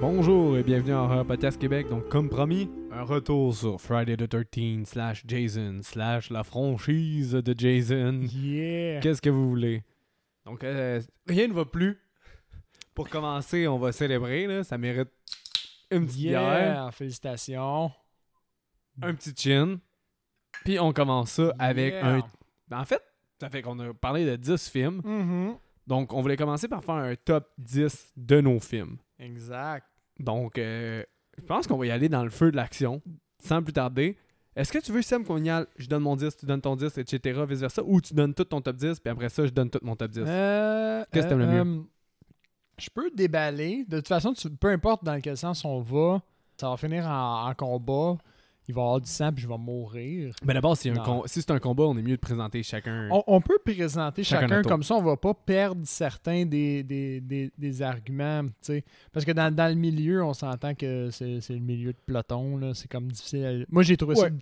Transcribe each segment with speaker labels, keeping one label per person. Speaker 1: Bonjour et bienvenue en Horror Podcast Québec. Donc, comme promis, un retour sur Friday the 13 slash Jason slash la franchise de Jason.
Speaker 2: Yeah!
Speaker 1: Qu'est-ce que vous voulez? Donc, euh, rien ne va plus. Pour commencer, on va célébrer. Là. Ça mérite une petite bière,
Speaker 2: Yeah! Félicitations!
Speaker 1: un petit chin. Puis on commence ça avec
Speaker 2: Yeah!
Speaker 1: un... En fait, ça fait qu'on a parlé de 10 films.
Speaker 2: Mhm.
Speaker 1: Donc, on voulait commencer par faire un top 10 de nos films.
Speaker 2: Exact.
Speaker 1: Donc, euh, je pense qu'on va y aller dans le feu de l'action, sans plus tarder. Est-ce que tu veux, Sam, qu'on y aille, je donne mon 10, tu donnes ton 10, etc., vice-versa, ou tu donnes tout ton top 10, puis après ça, je donne tout mon top 10?
Speaker 2: Euh,
Speaker 1: Qu'est-ce que t'aimes le
Speaker 2: euh, euh, Je peux déballer. De toute façon, tu- peu importe dans quel sens on va, ça va finir en, en combat. Il va y avoir du sang puis je vais mourir.
Speaker 1: Ben d'abord, si, un
Speaker 2: Non.
Speaker 1: com- si c'est un combat, on est mieux de présenter chacun.
Speaker 2: On, on peut présenter
Speaker 1: Chacun
Speaker 2: chacun,
Speaker 1: notre tour.
Speaker 2: comme ça, on va pas perdre certains des, des, des, des arguments. tu sais. Parce que dans, dans le milieu, on s'entend que c'est c'est le milieu de peloton. là. C'est comme difficile. à- Moi, j'ai trouvé ça.
Speaker 1: Ouais.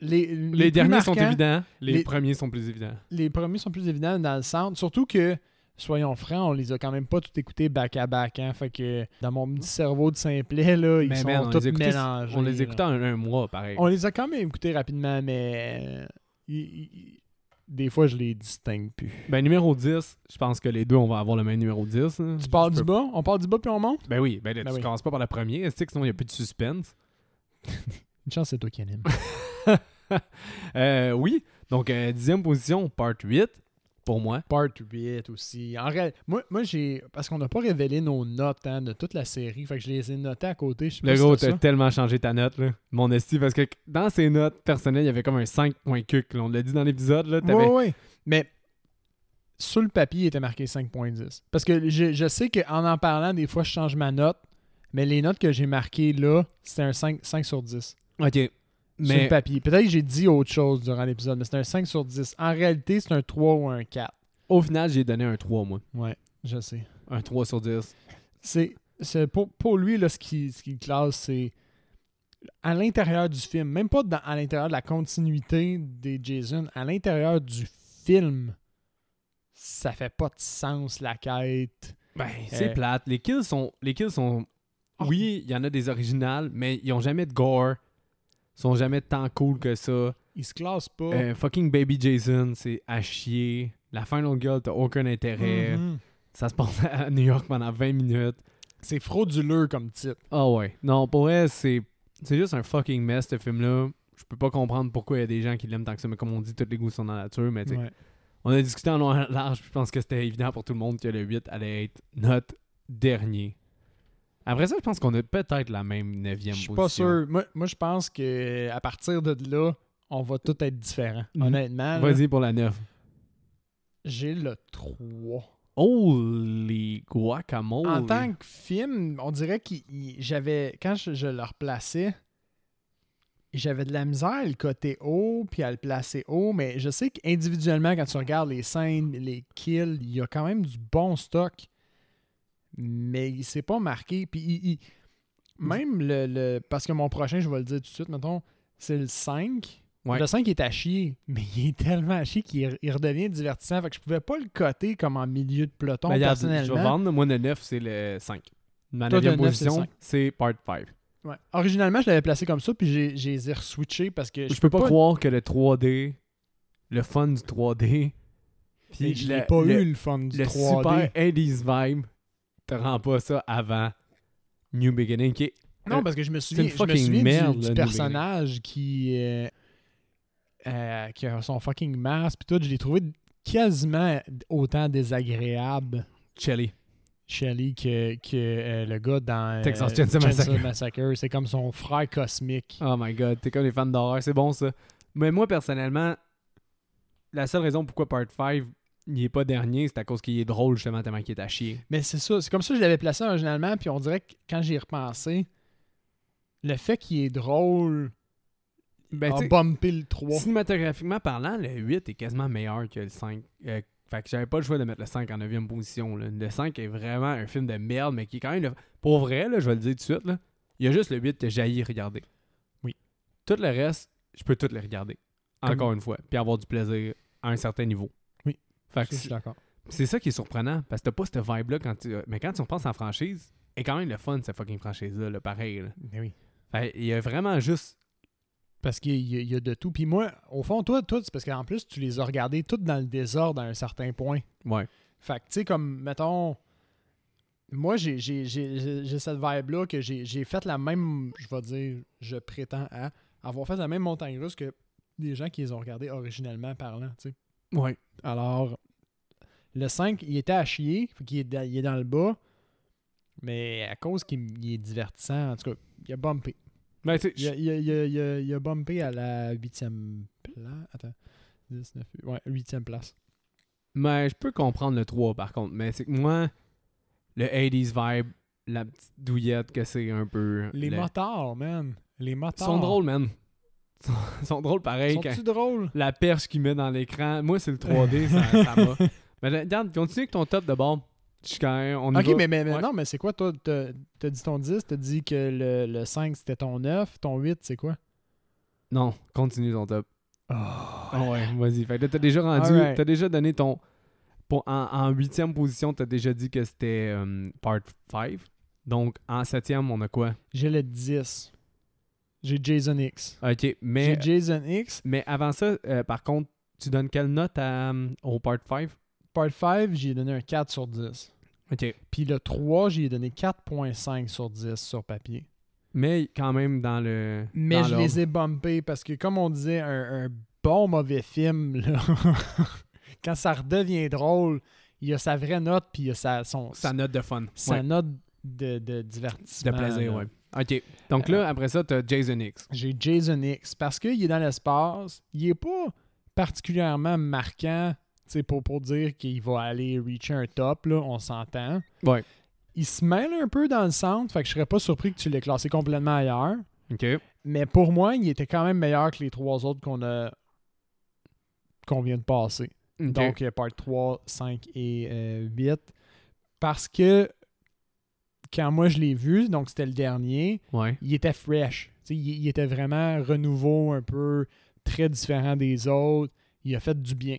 Speaker 2: Les,
Speaker 1: les, derniers sont
Speaker 2: évidents.
Speaker 1: évidents, les,
Speaker 2: les-
Speaker 1: premiers sont plus évidents.
Speaker 2: les premiers sont plus évidents dans le centre. Surtout que, soyons francs, on les a quand même pas tout écoutés back à back. Hein? Fait que dans mon petit cerveau de simplet, là, ils
Speaker 1: Mais
Speaker 2: sont
Speaker 1: man, on
Speaker 2: tous
Speaker 1: les écoutait-
Speaker 2: mélangés.
Speaker 1: on les
Speaker 2: là.
Speaker 1: écoutait en un mois, pareil.
Speaker 2: On les a quand même écoutés rapidement, mais euh, ils- ils- des fois, je les distingue plus.
Speaker 1: Ben numéro 10, je pense que les deux, on va avoir le même numéro 10. hein.
Speaker 2: Tu pars
Speaker 1: Je
Speaker 2: du
Speaker 1: peux-
Speaker 2: bas? On part du bas puis on monte?
Speaker 1: Ben oui, ben, là,
Speaker 2: Ben
Speaker 1: tu
Speaker 2: oui.
Speaker 1: commences pas par le premier, est-ce que sinon il n'y a plus de suspense.
Speaker 2: Une chance, c'est toi qui anime.
Speaker 1: Euh, oui, donc euh, dixième position, part 8, pour moi.
Speaker 2: Part 8 aussi. En réel- moi, moi j'ai. Parce qu'on n'a pas révélé nos notes hein, de toute la série. Fait que je les ai notées à côté. Je sais pas
Speaker 1: Le
Speaker 2: si
Speaker 1: gros,
Speaker 2: t'as
Speaker 1: t'as
Speaker 2: ça.
Speaker 1: tellement changé ta note, là. Mon esti, parce que dans ses notes personnelles, il y avait comme un 5 point cuc. là. On l'a dit dans l'épisode, là.
Speaker 2: Oui,
Speaker 1: T'avais...
Speaker 2: Mais sur le papier, il était marqué 5.10. Parce que je, je sais qu'en en parlant, des fois, je change ma note. Mais les notes que j'ai marquées là, c'était un 5, 5 sur 10.
Speaker 1: Ok.
Speaker 2: Sur le
Speaker 1: Mais
Speaker 2: papier. Peut-être que j'ai dit autre chose durant l'épisode, mais c'était un 5 sur 10. En réalité, c'est un 3 ou un 4.
Speaker 1: au final, j'ai donné un 3, moi.
Speaker 2: Ouais, je sais.
Speaker 1: Un 3 sur 10.
Speaker 2: C'est, c'est pour, pour lui, là, ce qu'il ce qu'il classe, c'est à l'intérieur du film, même pas dans- à l'intérieur de la continuité des Jason, à l'intérieur du film, ça fait pas de sens la quête.
Speaker 1: Ben, c'est
Speaker 2: Euh.
Speaker 1: plate. Les kills sont. Les kills sont. Oui, il y en a des originales, mais ils ont jamais de gore. Ils sont jamais tant cool que ça.
Speaker 2: Il se classe pas.
Speaker 1: Euh, fucking Baby Jason, c'est à chier. La Final Girl, t'as aucun intérêt.
Speaker 2: Mhm.
Speaker 1: Ça se passe à New York pendant 20 minutes.
Speaker 2: C'est frauduleux comme titre.
Speaker 1: Ah ouais. Non, pour elle, c'est c'est juste un fucking mess, ce film-là. Je peux pas comprendre pourquoi il y a des gens qui l'aiment tant que ça, mais comme on dit, tous les goûts sont dans la nature. Mais tu sais,
Speaker 2: Ouais.
Speaker 1: on a discuté en long et en large, puis je pense que c'était évident pour tout le monde que le 8 allait être notre dernier. Après ça, je pense qu'on a peut-être la même 9e
Speaker 2: Je
Speaker 1: position.
Speaker 2: suis pas sûr. Moi, moi, je pense que à partir de là, on va tout être différent.
Speaker 1: Mhm.
Speaker 2: Honnêtement, là,
Speaker 1: Vas-y pour la 9.
Speaker 2: j'ai le 3.
Speaker 1: Holy guacamole.
Speaker 2: En tant que film, on dirait que j'avais quand je, je le replaçais, j'avais de la misère à le côté haut puis à le placer haut, mais je sais qu'individuellement quand tu regardes les scènes, les kills, il y a quand même du bon stock. Mais il s'est pas marqué puis il- il- même le, le- parce que mon prochain, je vais le dire tout de suite mettons, c'est le 5.
Speaker 1: Ouais.
Speaker 2: Le 5 est à chier, mais il est tellement à chier qu'il re- il redevient divertissant. Fait que je pouvais pas le coter comme en milieu de peloton
Speaker 1: Ben, regarde, je vais
Speaker 2: personnellement.
Speaker 1: vendre. Moi, le 9, c'est le 5. Ma
Speaker 2: Toi,
Speaker 1: 9e
Speaker 2: le 9, c'est le
Speaker 1: position,
Speaker 2: cinq.
Speaker 1: c'est Part 5.
Speaker 2: Ouais. Originalement, je l'avais placé comme ça, puis j'ai- j'ai les ai reswitchés parce que
Speaker 1: je, peux pas, croire que le 3D, le fun du 3D,
Speaker 2: Puis je l'ai
Speaker 1: le-
Speaker 2: pas
Speaker 1: le-
Speaker 2: eu le fun du
Speaker 1: le
Speaker 2: 3D.
Speaker 1: super 80s vibe te rend pas ça avant New Beginning qui est
Speaker 2: Non, parce que je me souviens,
Speaker 1: Euh, une
Speaker 2: je me
Speaker 1: fucking
Speaker 2: souviens
Speaker 1: merde, là,
Speaker 2: du, du
Speaker 1: New
Speaker 2: personnage qui, euh, euh, qui a son fucking masque, puis tout. Je l'ai trouvé quasiment autant désagréable,
Speaker 1: Chelly.
Speaker 2: Shelly, que, que euh, le gars dans euh,
Speaker 1: Texas Chainsaw Massacre.
Speaker 2: Massacre. C'est comme son frère cosmique.
Speaker 1: Oh my god, t'es comme les fans d'horreur, c'est bon ça. Mais moi personnellement, la seule raison pourquoi Part 5 il est pas dernier, c'est à cause qu'il est drôle justement tellement qu'il est à chier.
Speaker 2: Mais c'est ça. C'est comme ça que je l'avais placé originalement. Puis on dirait que quand j'y ai repensé, le fait qu'il est drôle
Speaker 1: Ben,
Speaker 2: a
Speaker 1: tu sais,
Speaker 2: bumpé le 3.
Speaker 1: cinématographiquement parlant, le 8 est quasiment meilleur que le 5. Euh, fait que j'avais pas le choix de mettre le 5 en 9e position. là. Le 5 est vraiment un film de merde, mais qui est quand même. le- Pour vrai, là, je vais le dire tout de suite, là, il y a juste le 8 que j'haïs regarder.
Speaker 2: Oui.
Speaker 1: Tout le reste, je peux tout le regarder.
Speaker 2: Comme-
Speaker 1: Encore une fois. Puis avoir du plaisir à un certain niveau.
Speaker 2: Oui.
Speaker 1: Fait que
Speaker 2: Je suis d'accord.
Speaker 1: c'est ça qui est surprenant, parce que t'as pas cette vibe-là quand tu. Mais quand tu repenses en franchise, est quand même le fun, cette fucking franchise-là, là, pareil. là.
Speaker 2: Mais oui.
Speaker 1: Fait, il y a vraiment juste.
Speaker 2: Parce qu'il y, a- il y a de tout. Puis moi, au fond, toi, toi c'est parce qu'en plus, tu les as regardés toutes dans le désordre à un certain point.
Speaker 1: Ouais.
Speaker 2: Fait que, tu sais, comme, mettons, moi, j'ai- j'ai j'ai- j'ai- j'ai cette vibe-là que j'ai j'ai fait la même, je vais dire, je prétends à avoir fait la même montagne russe que des gens qui les ont regardés originellement parlant, tu sais.
Speaker 1: Ouais.
Speaker 2: Alors, le 5, il était à chier, fait qu'il est, dans- il est dans le bas, mais à cause qu'il m- il est divertissant, en tout cas, il a bumpé.
Speaker 1: Ben, tu sais,
Speaker 2: Il a, il a- il a- il a- il a bumpé à la huitième place. Attends. 19, ouais, huitième place.
Speaker 1: Mais Ben, je peux comprendre le 3 par contre, mais c'est que moi, le 80s vibe, la petite douillette que c'est un peu.
Speaker 2: Les
Speaker 1: le-
Speaker 2: motards, man. Les
Speaker 1: Ils
Speaker 2: motards.
Speaker 1: sont drôles, man. Ils sont, ils sont drôles pareil. quand-
Speaker 2: Sont-tu drôles?
Speaker 1: La perche qu'il met dans l'écran, moi c'est le 3D, ça, ça va. Mais là, regarde, continue avec ton top de bord. Je suis quand même. On y
Speaker 2: Ok,
Speaker 1: va.
Speaker 2: mais, mais, mais
Speaker 1: Ouais.
Speaker 2: non, mais c'est quoi, toi? T'as t'as dit ton 10, t'as dit que le, le 5, c'était ton 9, ton 8, c'est quoi?
Speaker 1: Non, continue ton top.
Speaker 2: Oh,
Speaker 1: Ah ouais, vas-y. Fait que là, t'as déjà rendu.
Speaker 2: Alright.
Speaker 1: T'as déjà donné ton. pour- en, en huitième position, t'as déjà dit que c'était euh, part 5. Donc en septième, on a quoi
Speaker 2: J'ai le 10. J'ai Jason X.
Speaker 1: Ok, mais.
Speaker 2: J'ai Jason X.
Speaker 1: Mais avant ça, euh, par contre, tu donnes quelle note à, euh, au part 5?
Speaker 2: Part 5, j'ai donné un 4 sur 10.
Speaker 1: OK.
Speaker 2: Puis le 3, j'ai donné 4.5 sur 10 sur papier.
Speaker 1: Mais quand même dans le.
Speaker 2: Mais
Speaker 1: dans
Speaker 2: je
Speaker 1: l'ordre.
Speaker 2: les ai bumpés parce que, comme on disait, un, un bon mauvais film, là, quand ça redevient drôle, il y a sa vraie note puis il y a sa, son,
Speaker 1: Sa note de fun.
Speaker 2: sa
Speaker 1: Ouais,
Speaker 2: note de, de divertissement.
Speaker 1: de plaisir,
Speaker 2: là. Euh.
Speaker 1: ouais. OK. Donc là, après ça, t'as Jason X.
Speaker 2: J'ai Jason X parce qu'il est dans l'espace. Il est pas particulièrement marquant tu sais, pour, pour dire qu'il va aller reacher un top, là, on s'entend.
Speaker 1: Ouais.
Speaker 2: Il se mêle un peu dans le centre, fait que je serais pas surpris que tu l'aies classé complètement ailleurs.
Speaker 1: OK.
Speaker 2: Mais pour moi, il était quand même meilleur que les trois autres qu'on a qu'on vient de passer.
Speaker 1: Donc,
Speaker 2: Donc euh, part 3, 5 et euh, 8. Parce que quand moi je l'ai vu, donc c'était le dernier,
Speaker 1: ouais.
Speaker 2: il était fresh. Tu sais, Il, il était vraiment renouveau un peu, très différent des autres. Il a fait du bien.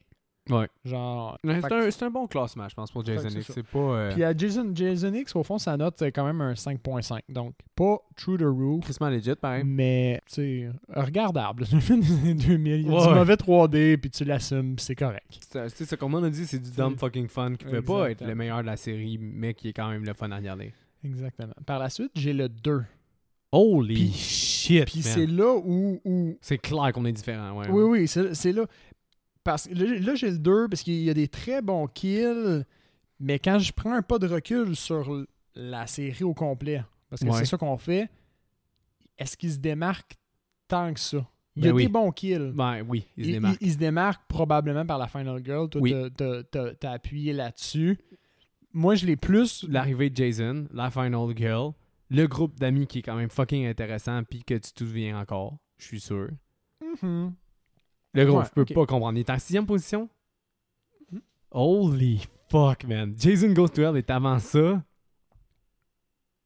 Speaker 1: Ouais.
Speaker 2: Genre.
Speaker 1: Mais
Speaker 2: fait
Speaker 1: C'est
Speaker 2: que-
Speaker 1: un, c'est un bon classement, je pense, pour Jason
Speaker 2: Fait que
Speaker 1: X.
Speaker 2: c'est
Speaker 1: C'est pas. euh,
Speaker 2: Puis à Jason, Jason X, au fond, sa note, c'est quand même un 5.5. Donc, pas true the roof,
Speaker 1: crissement legit, pareil.
Speaker 2: Mm. Mais, tu sais, regardable. C'est un film des années 2000. Il y a
Speaker 1: Ouais.
Speaker 2: du mauvais 3D, puis tu l'assumes, puis c'est correct.
Speaker 1: C'est- Tu sais, c'est comme on a dit, c'est du dumb fucking fun qui peut pas être
Speaker 2: Mm. Exactement.
Speaker 1: le meilleur de la série, mais qui est quand même le fun à regarder.
Speaker 2: Exactement. Par la suite, j'ai le 2.
Speaker 1: Holy
Speaker 2: Puis-
Speaker 1: shit!
Speaker 2: Puis
Speaker 1: man.
Speaker 2: c'est là où. où-
Speaker 1: C'est clair qu'on est différent, ouais.
Speaker 2: Oui, oui, c'est c'est là. Parce que là, là, j'ai le 2 parce qu'il y a des très bons kills, mais quand je prends un pas de recul sur l- la série au complet, parce que
Speaker 1: Ouais.
Speaker 2: c'est ça qu'on fait, est-ce qu'il se démarque tant que ça? Il y a
Speaker 1: Ben oui.
Speaker 2: des bons kills.
Speaker 1: Ben oui, il se
Speaker 2: Il-
Speaker 1: démarque.
Speaker 2: il- il se démarque probablement par la Final Girl. Toi,
Speaker 1: Oui.
Speaker 2: t'as- t'as- t'as t'as appuyé là-dessus. Moi, je l'ai plus.
Speaker 1: l'arrivée de Jason, la Final Girl, le groupe d'amis qui est quand même fucking intéressant puis que tu te souviens encore, je suis sûr.
Speaker 2: Mhm.
Speaker 1: Le groupe,
Speaker 2: Ouais,
Speaker 1: je peux
Speaker 2: ok.
Speaker 1: pas comprendre. Il est en sixième position?
Speaker 2: Mhm.
Speaker 1: Holy fuck, man. Jason Goes to Hell est avant ça.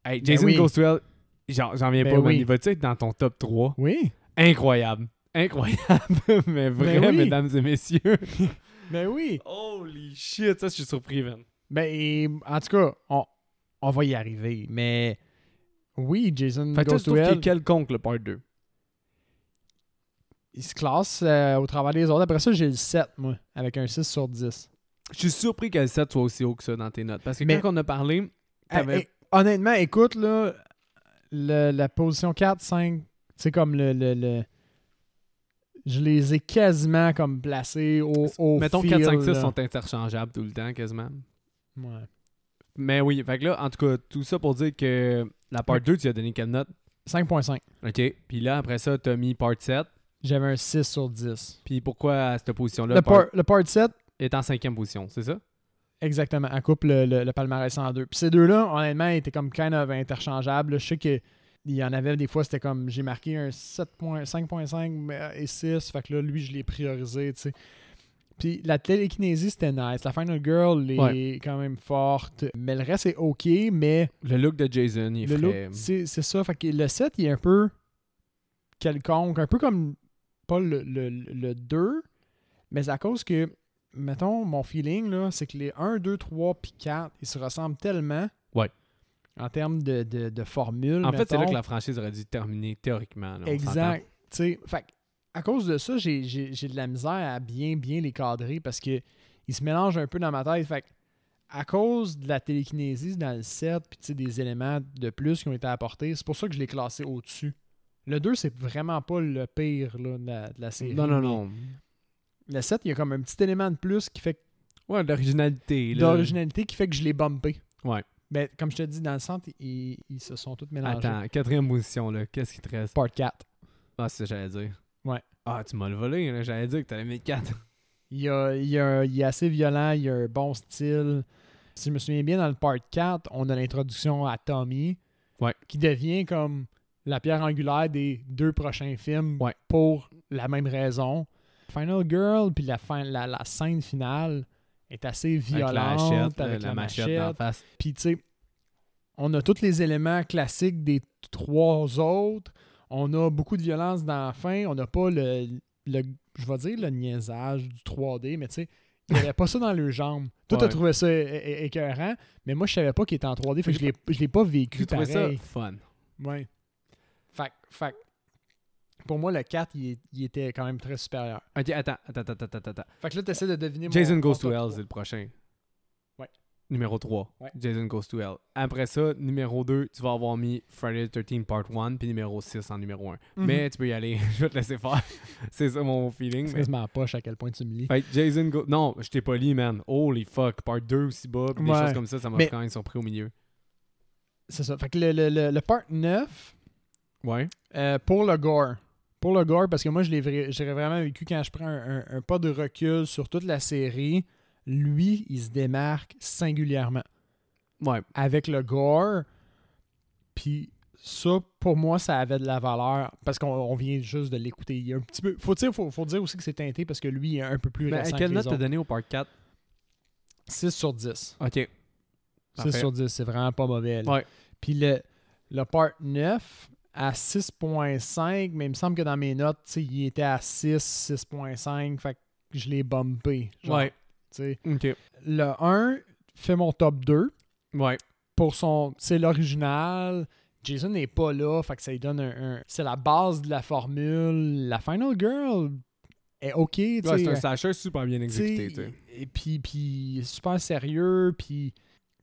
Speaker 1: Hey,
Speaker 2: Ben
Speaker 1: Jason
Speaker 2: oui.
Speaker 1: Goes to Hell, j'en j'en viens
Speaker 2: Ben
Speaker 1: pas, man.
Speaker 2: oui.
Speaker 1: Il va-tu être dans ton top 3?
Speaker 2: Oui.
Speaker 1: Incroyable. Incroyable, mais vrai,
Speaker 2: Ben oui.
Speaker 1: mesdames et messieurs.
Speaker 2: Ben oui.
Speaker 1: Holy shit, ça, je suis surpris, man.
Speaker 2: Ben, et- en tout cas, on, on va y arriver. Mais oui, Jason
Speaker 1: Fait que toi,
Speaker 2: Goes
Speaker 1: tu
Speaker 2: to
Speaker 1: trouves qu'il
Speaker 2: Hell,
Speaker 1: est quelconque, le part 2.
Speaker 2: il se classe euh, au travers des autres. Après ça, j'ai le 7, moi, avec un 6 sur 10.
Speaker 1: Je suis surpris que le 7 soit aussi haut que ça dans tes notes. Parce que
Speaker 2: Mais-
Speaker 1: quand on a parlé, t'avais-
Speaker 2: Eh, eh, honnêtement, écoute, là, le- la position 4, 5, c'est comme le, le, le- Je les ai quasiment comme placés au, au
Speaker 1: mettons
Speaker 2: feel,
Speaker 1: 4, 5, 6
Speaker 2: là.
Speaker 1: sont interchangeables tout le temps quasiment.
Speaker 2: Ouais.
Speaker 1: Mais oui, fait que là, en tout cas, tout ça pour dire que la part
Speaker 2: Ouais.
Speaker 1: 2, tu as donné quelle note
Speaker 2: 5.5.
Speaker 1: Ok. Puis là, après ça, tu as mis part 7.
Speaker 2: J'avais un 6 sur 10.
Speaker 1: Puis pourquoi à cette position-là
Speaker 2: Le,
Speaker 1: part...
Speaker 2: par- le part 7,
Speaker 1: est en cinquième position, c'est ça
Speaker 2: Exactement. Elle coupe le, le- le palmarès en deux. Puis ces deux-là, honnêtement, étaient comme kind of interchangeables. là. Je sais que il y en avait des fois, c'était comme j'ai marqué un 7 point- 5.5 mais- euh, et 6. Fait que là, lui, je l'ai priorisé, tu sais. Puis la télékinésie, c'était nice. La Final Girl est
Speaker 1: Ouais.
Speaker 2: quand même forte. Mais le reste est OK, mais
Speaker 1: Le look de Jason, il
Speaker 2: le look,
Speaker 1: ferait-
Speaker 2: c'est c'est ça. Fait que le 7, il est un peu quelconque. Un peu comme pas le, le, le 2, mais à cause que, mettons, mon feeling, là, c'est que les 1, 2, 3 puis 4, ils se ressemblent tellement.
Speaker 1: Ouais.
Speaker 2: en termes de, de, de formule.
Speaker 1: En fait, c'est là que
Speaker 2: mettons.
Speaker 1: la franchise aurait dû terminer théoriquement. là, on s'entend.
Speaker 2: Exact. Tu sais, fait que à cause de ça, j'ai- j'ai j'ai de la misère à bien, bien les cadrer parce que ils se mélangent un peu dans ma tête. Fait que à cause de la télékinésie dans le 7 puis tu sais, des éléments de plus qui ont été apportés, c'est pour ça que je l'ai classé au-dessus. Le 2, c'est vraiment pas le pire là, de, la, de la série.
Speaker 1: Non, non,
Speaker 2: mais
Speaker 1: non.
Speaker 2: Le 7, il y a comme un petit élément de plus qui fait que-
Speaker 1: Ouais, l'originalité. là.
Speaker 2: d'originalité qui fait que je l'ai bumpé.
Speaker 1: Ouais.
Speaker 2: Mais comme je te dis, dans le centre, ils, ils se sont tous mélangés.
Speaker 1: Attends, quatrième position, là. Qu'est-ce qui te reste?
Speaker 2: Part 4.
Speaker 1: Ah, c'est ça que j'allais dire.
Speaker 2: Ouais.
Speaker 1: Ah, tu m'as le volé, là. J'allais dire que t'allais mettre 4.
Speaker 2: Il, a- il a- il est assez violent, il a un bon style. Si je me souviens bien, dans le part 4, on a l'introduction à Tommy,
Speaker 1: Ouais.
Speaker 2: qui devient comme la pierre angulaire des deux prochains films
Speaker 1: Ouais.
Speaker 2: pour la même raison. Final Girl, puis la, fin, la, la scène finale est assez violente avec la machette.
Speaker 1: la, machette dans la face.
Speaker 2: Puis, tu sais, on a tous les éléments classiques des t- trois autres. On a beaucoup de violence dans la fin. On n'a pas le, le- je vais dire, le niaisage du 3D, mais tu sais, il n'y avait pas ça dans le jambes. Toi, t'as
Speaker 1: Ouais.
Speaker 2: trouvé ça é- é- écœurant, mais moi, je savais pas qu'il était en 3D. Fait que je
Speaker 1: J'ai
Speaker 2: l'ai- je l'ai pas vécu
Speaker 1: J'ai trouvé ça
Speaker 2: pareil.
Speaker 1: fun.
Speaker 2: Ouais. Fait, que- fait que pour moi, le 4, il, est- il était quand même très supérieur.
Speaker 1: Ok, attends, attends, attends, attends, attends.
Speaker 2: Fait que là, t'essaies de deviner mon-
Speaker 1: Jason
Speaker 2: mon
Speaker 1: Goes to
Speaker 2: top
Speaker 1: Hell,
Speaker 2: trois.
Speaker 1: c'est le prochain.
Speaker 2: Ouais.
Speaker 1: Numéro 3,
Speaker 2: Ouais.
Speaker 1: Jason Goes to Hell. Après ça, numéro 2, tu vas avoir mis Friday the 13th Part 1, puis numéro 6 en numéro 1.
Speaker 2: Mhm.
Speaker 1: Mais tu peux y aller, je vais te laisser faire. c'est ça mon feeling.
Speaker 2: C'est
Speaker 1: mais-
Speaker 2: quasiment poche à quel point tu me lis.
Speaker 1: Fait que Jason Go... Non, je t'ai pas lu, man. Holy fuck, part 2 aussi bas, puis des
Speaker 2: Ouais.
Speaker 1: choses comme ça, ça m'a
Speaker 2: Mais-
Speaker 1: quand même surpris au milieu.
Speaker 2: C'est ça. Fait que le, le, le, le part 9,
Speaker 1: Ouais.
Speaker 2: Euh, pour le gore. Pour le gore, parce que moi, je l'ai vra- j'aurais vraiment vécu quand je prends un, un- un pas de recul sur toute la série. Lui, il se démarque singulièrement
Speaker 1: Ouais.
Speaker 2: avec le gore. Puis ça, pour moi, ça avait de la valeur parce qu'on on vient juste de l'écouter. Il y a un petit peu. Faut dire, faut, faut dire aussi que c'est teinté parce que lui, il est un peu plus
Speaker 1: Mais à
Speaker 2: récent
Speaker 1: quelle
Speaker 2: que
Speaker 1: note
Speaker 2: les
Speaker 1: t'as
Speaker 2: autres.
Speaker 1: donné au part 4
Speaker 2: 6 sur 10.
Speaker 1: Ok.
Speaker 2: 6 sur 10, c'est vraiment pas mauvais. là.
Speaker 1: Ouais.
Speaker 2: Puis le, le part 9 à 6.5, mais il me semble que dans mes notes, tu sais, il était à 6, 6.5, fait que je l'ai bumpé. genre,
Speaker 1: Ouais.
Speaker 2: tu sais.
Speaker 1: Ok.
Speaker 2: Le 1 fait mon top 2
Speaker 1: Ouais.
Speaker 2: pour son. C'est l'original. Jason n'est pas là, fait que ça lui donne un. un- c'est la base de la formule. La Final Girl est ok.
Speaker 1: Ouais,
Speaker 2: tu sais,
Speaker 1: c'est un slasher super bien exécuté, tu
Speaker 2: T'sais,
Speaker 1: sais.
Speaker 2: Et puis, puis super sérieux, puis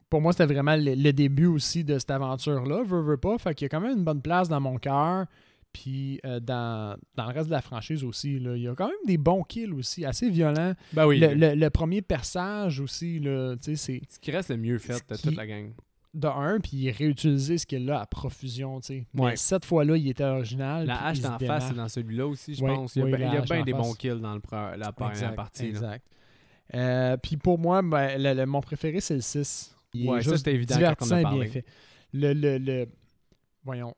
Speaker 2: pour moi, c'était vraiment le, le début aussi de cette aventure-là, veux, veux pas. Fait qu'il y a quand même une bonne place dans mon cœur, puis euh, dans, dans le reste de la franchise aussi. là. Il y a quand même des bons kills aussi, assez violents.
Speaker 1: Ben oui.
Speaker 2: le, le- le premier personnage aussi, là, tu sais, c'est
Speaker 1: Ce qui reste le mieux fait de
Speaker 2: Ce
Speaker 1: toute
Speaker 2: qui-
Speaker 1: la gang.
Speaker 2: de un, puis réutiliser ce qu'il-là à profusion, tu sais. Mais
Speaker 1: Ouais.
Speaker 2: cette fois-là, il était original.
Speaker 1: La
Speaker 2: puis il
Speaker 1: hache
Speaker 2: se
Speaker 1: d'en
Speaker 2: démarque.
Speaker 1: face, c'est dans celui-là aussi, je
Speaker 2: Oui,
Speaker 1: pense. Il y a
Speaker 2: oui,
Speaker 1: ben- il y
Speaker 2: la
Speaker 1: a
Speaker 2: hache
Speaker 1: bien
Speaker 2: d'en
Speaker 1: des bons
Speaker 2: face.
Speaker 1: kills dans le pre- la première
Speaker 2: Exact,
Speaker 1: partie. là.
Speaker 2: Exact. Euh, puis pour moi, ben, le- le- mon préféré, c'est le 6. Il
Speaker 1: Ouais,
Speaker 2: est
Speaker 1: ça,
Speaker 2: juste
Speaker 1: c'était évident quand on en a
Speaker 2: divertissant et bien
Speaker 1: parlé.
Speaker 2: fait. Le, le, le, voyons,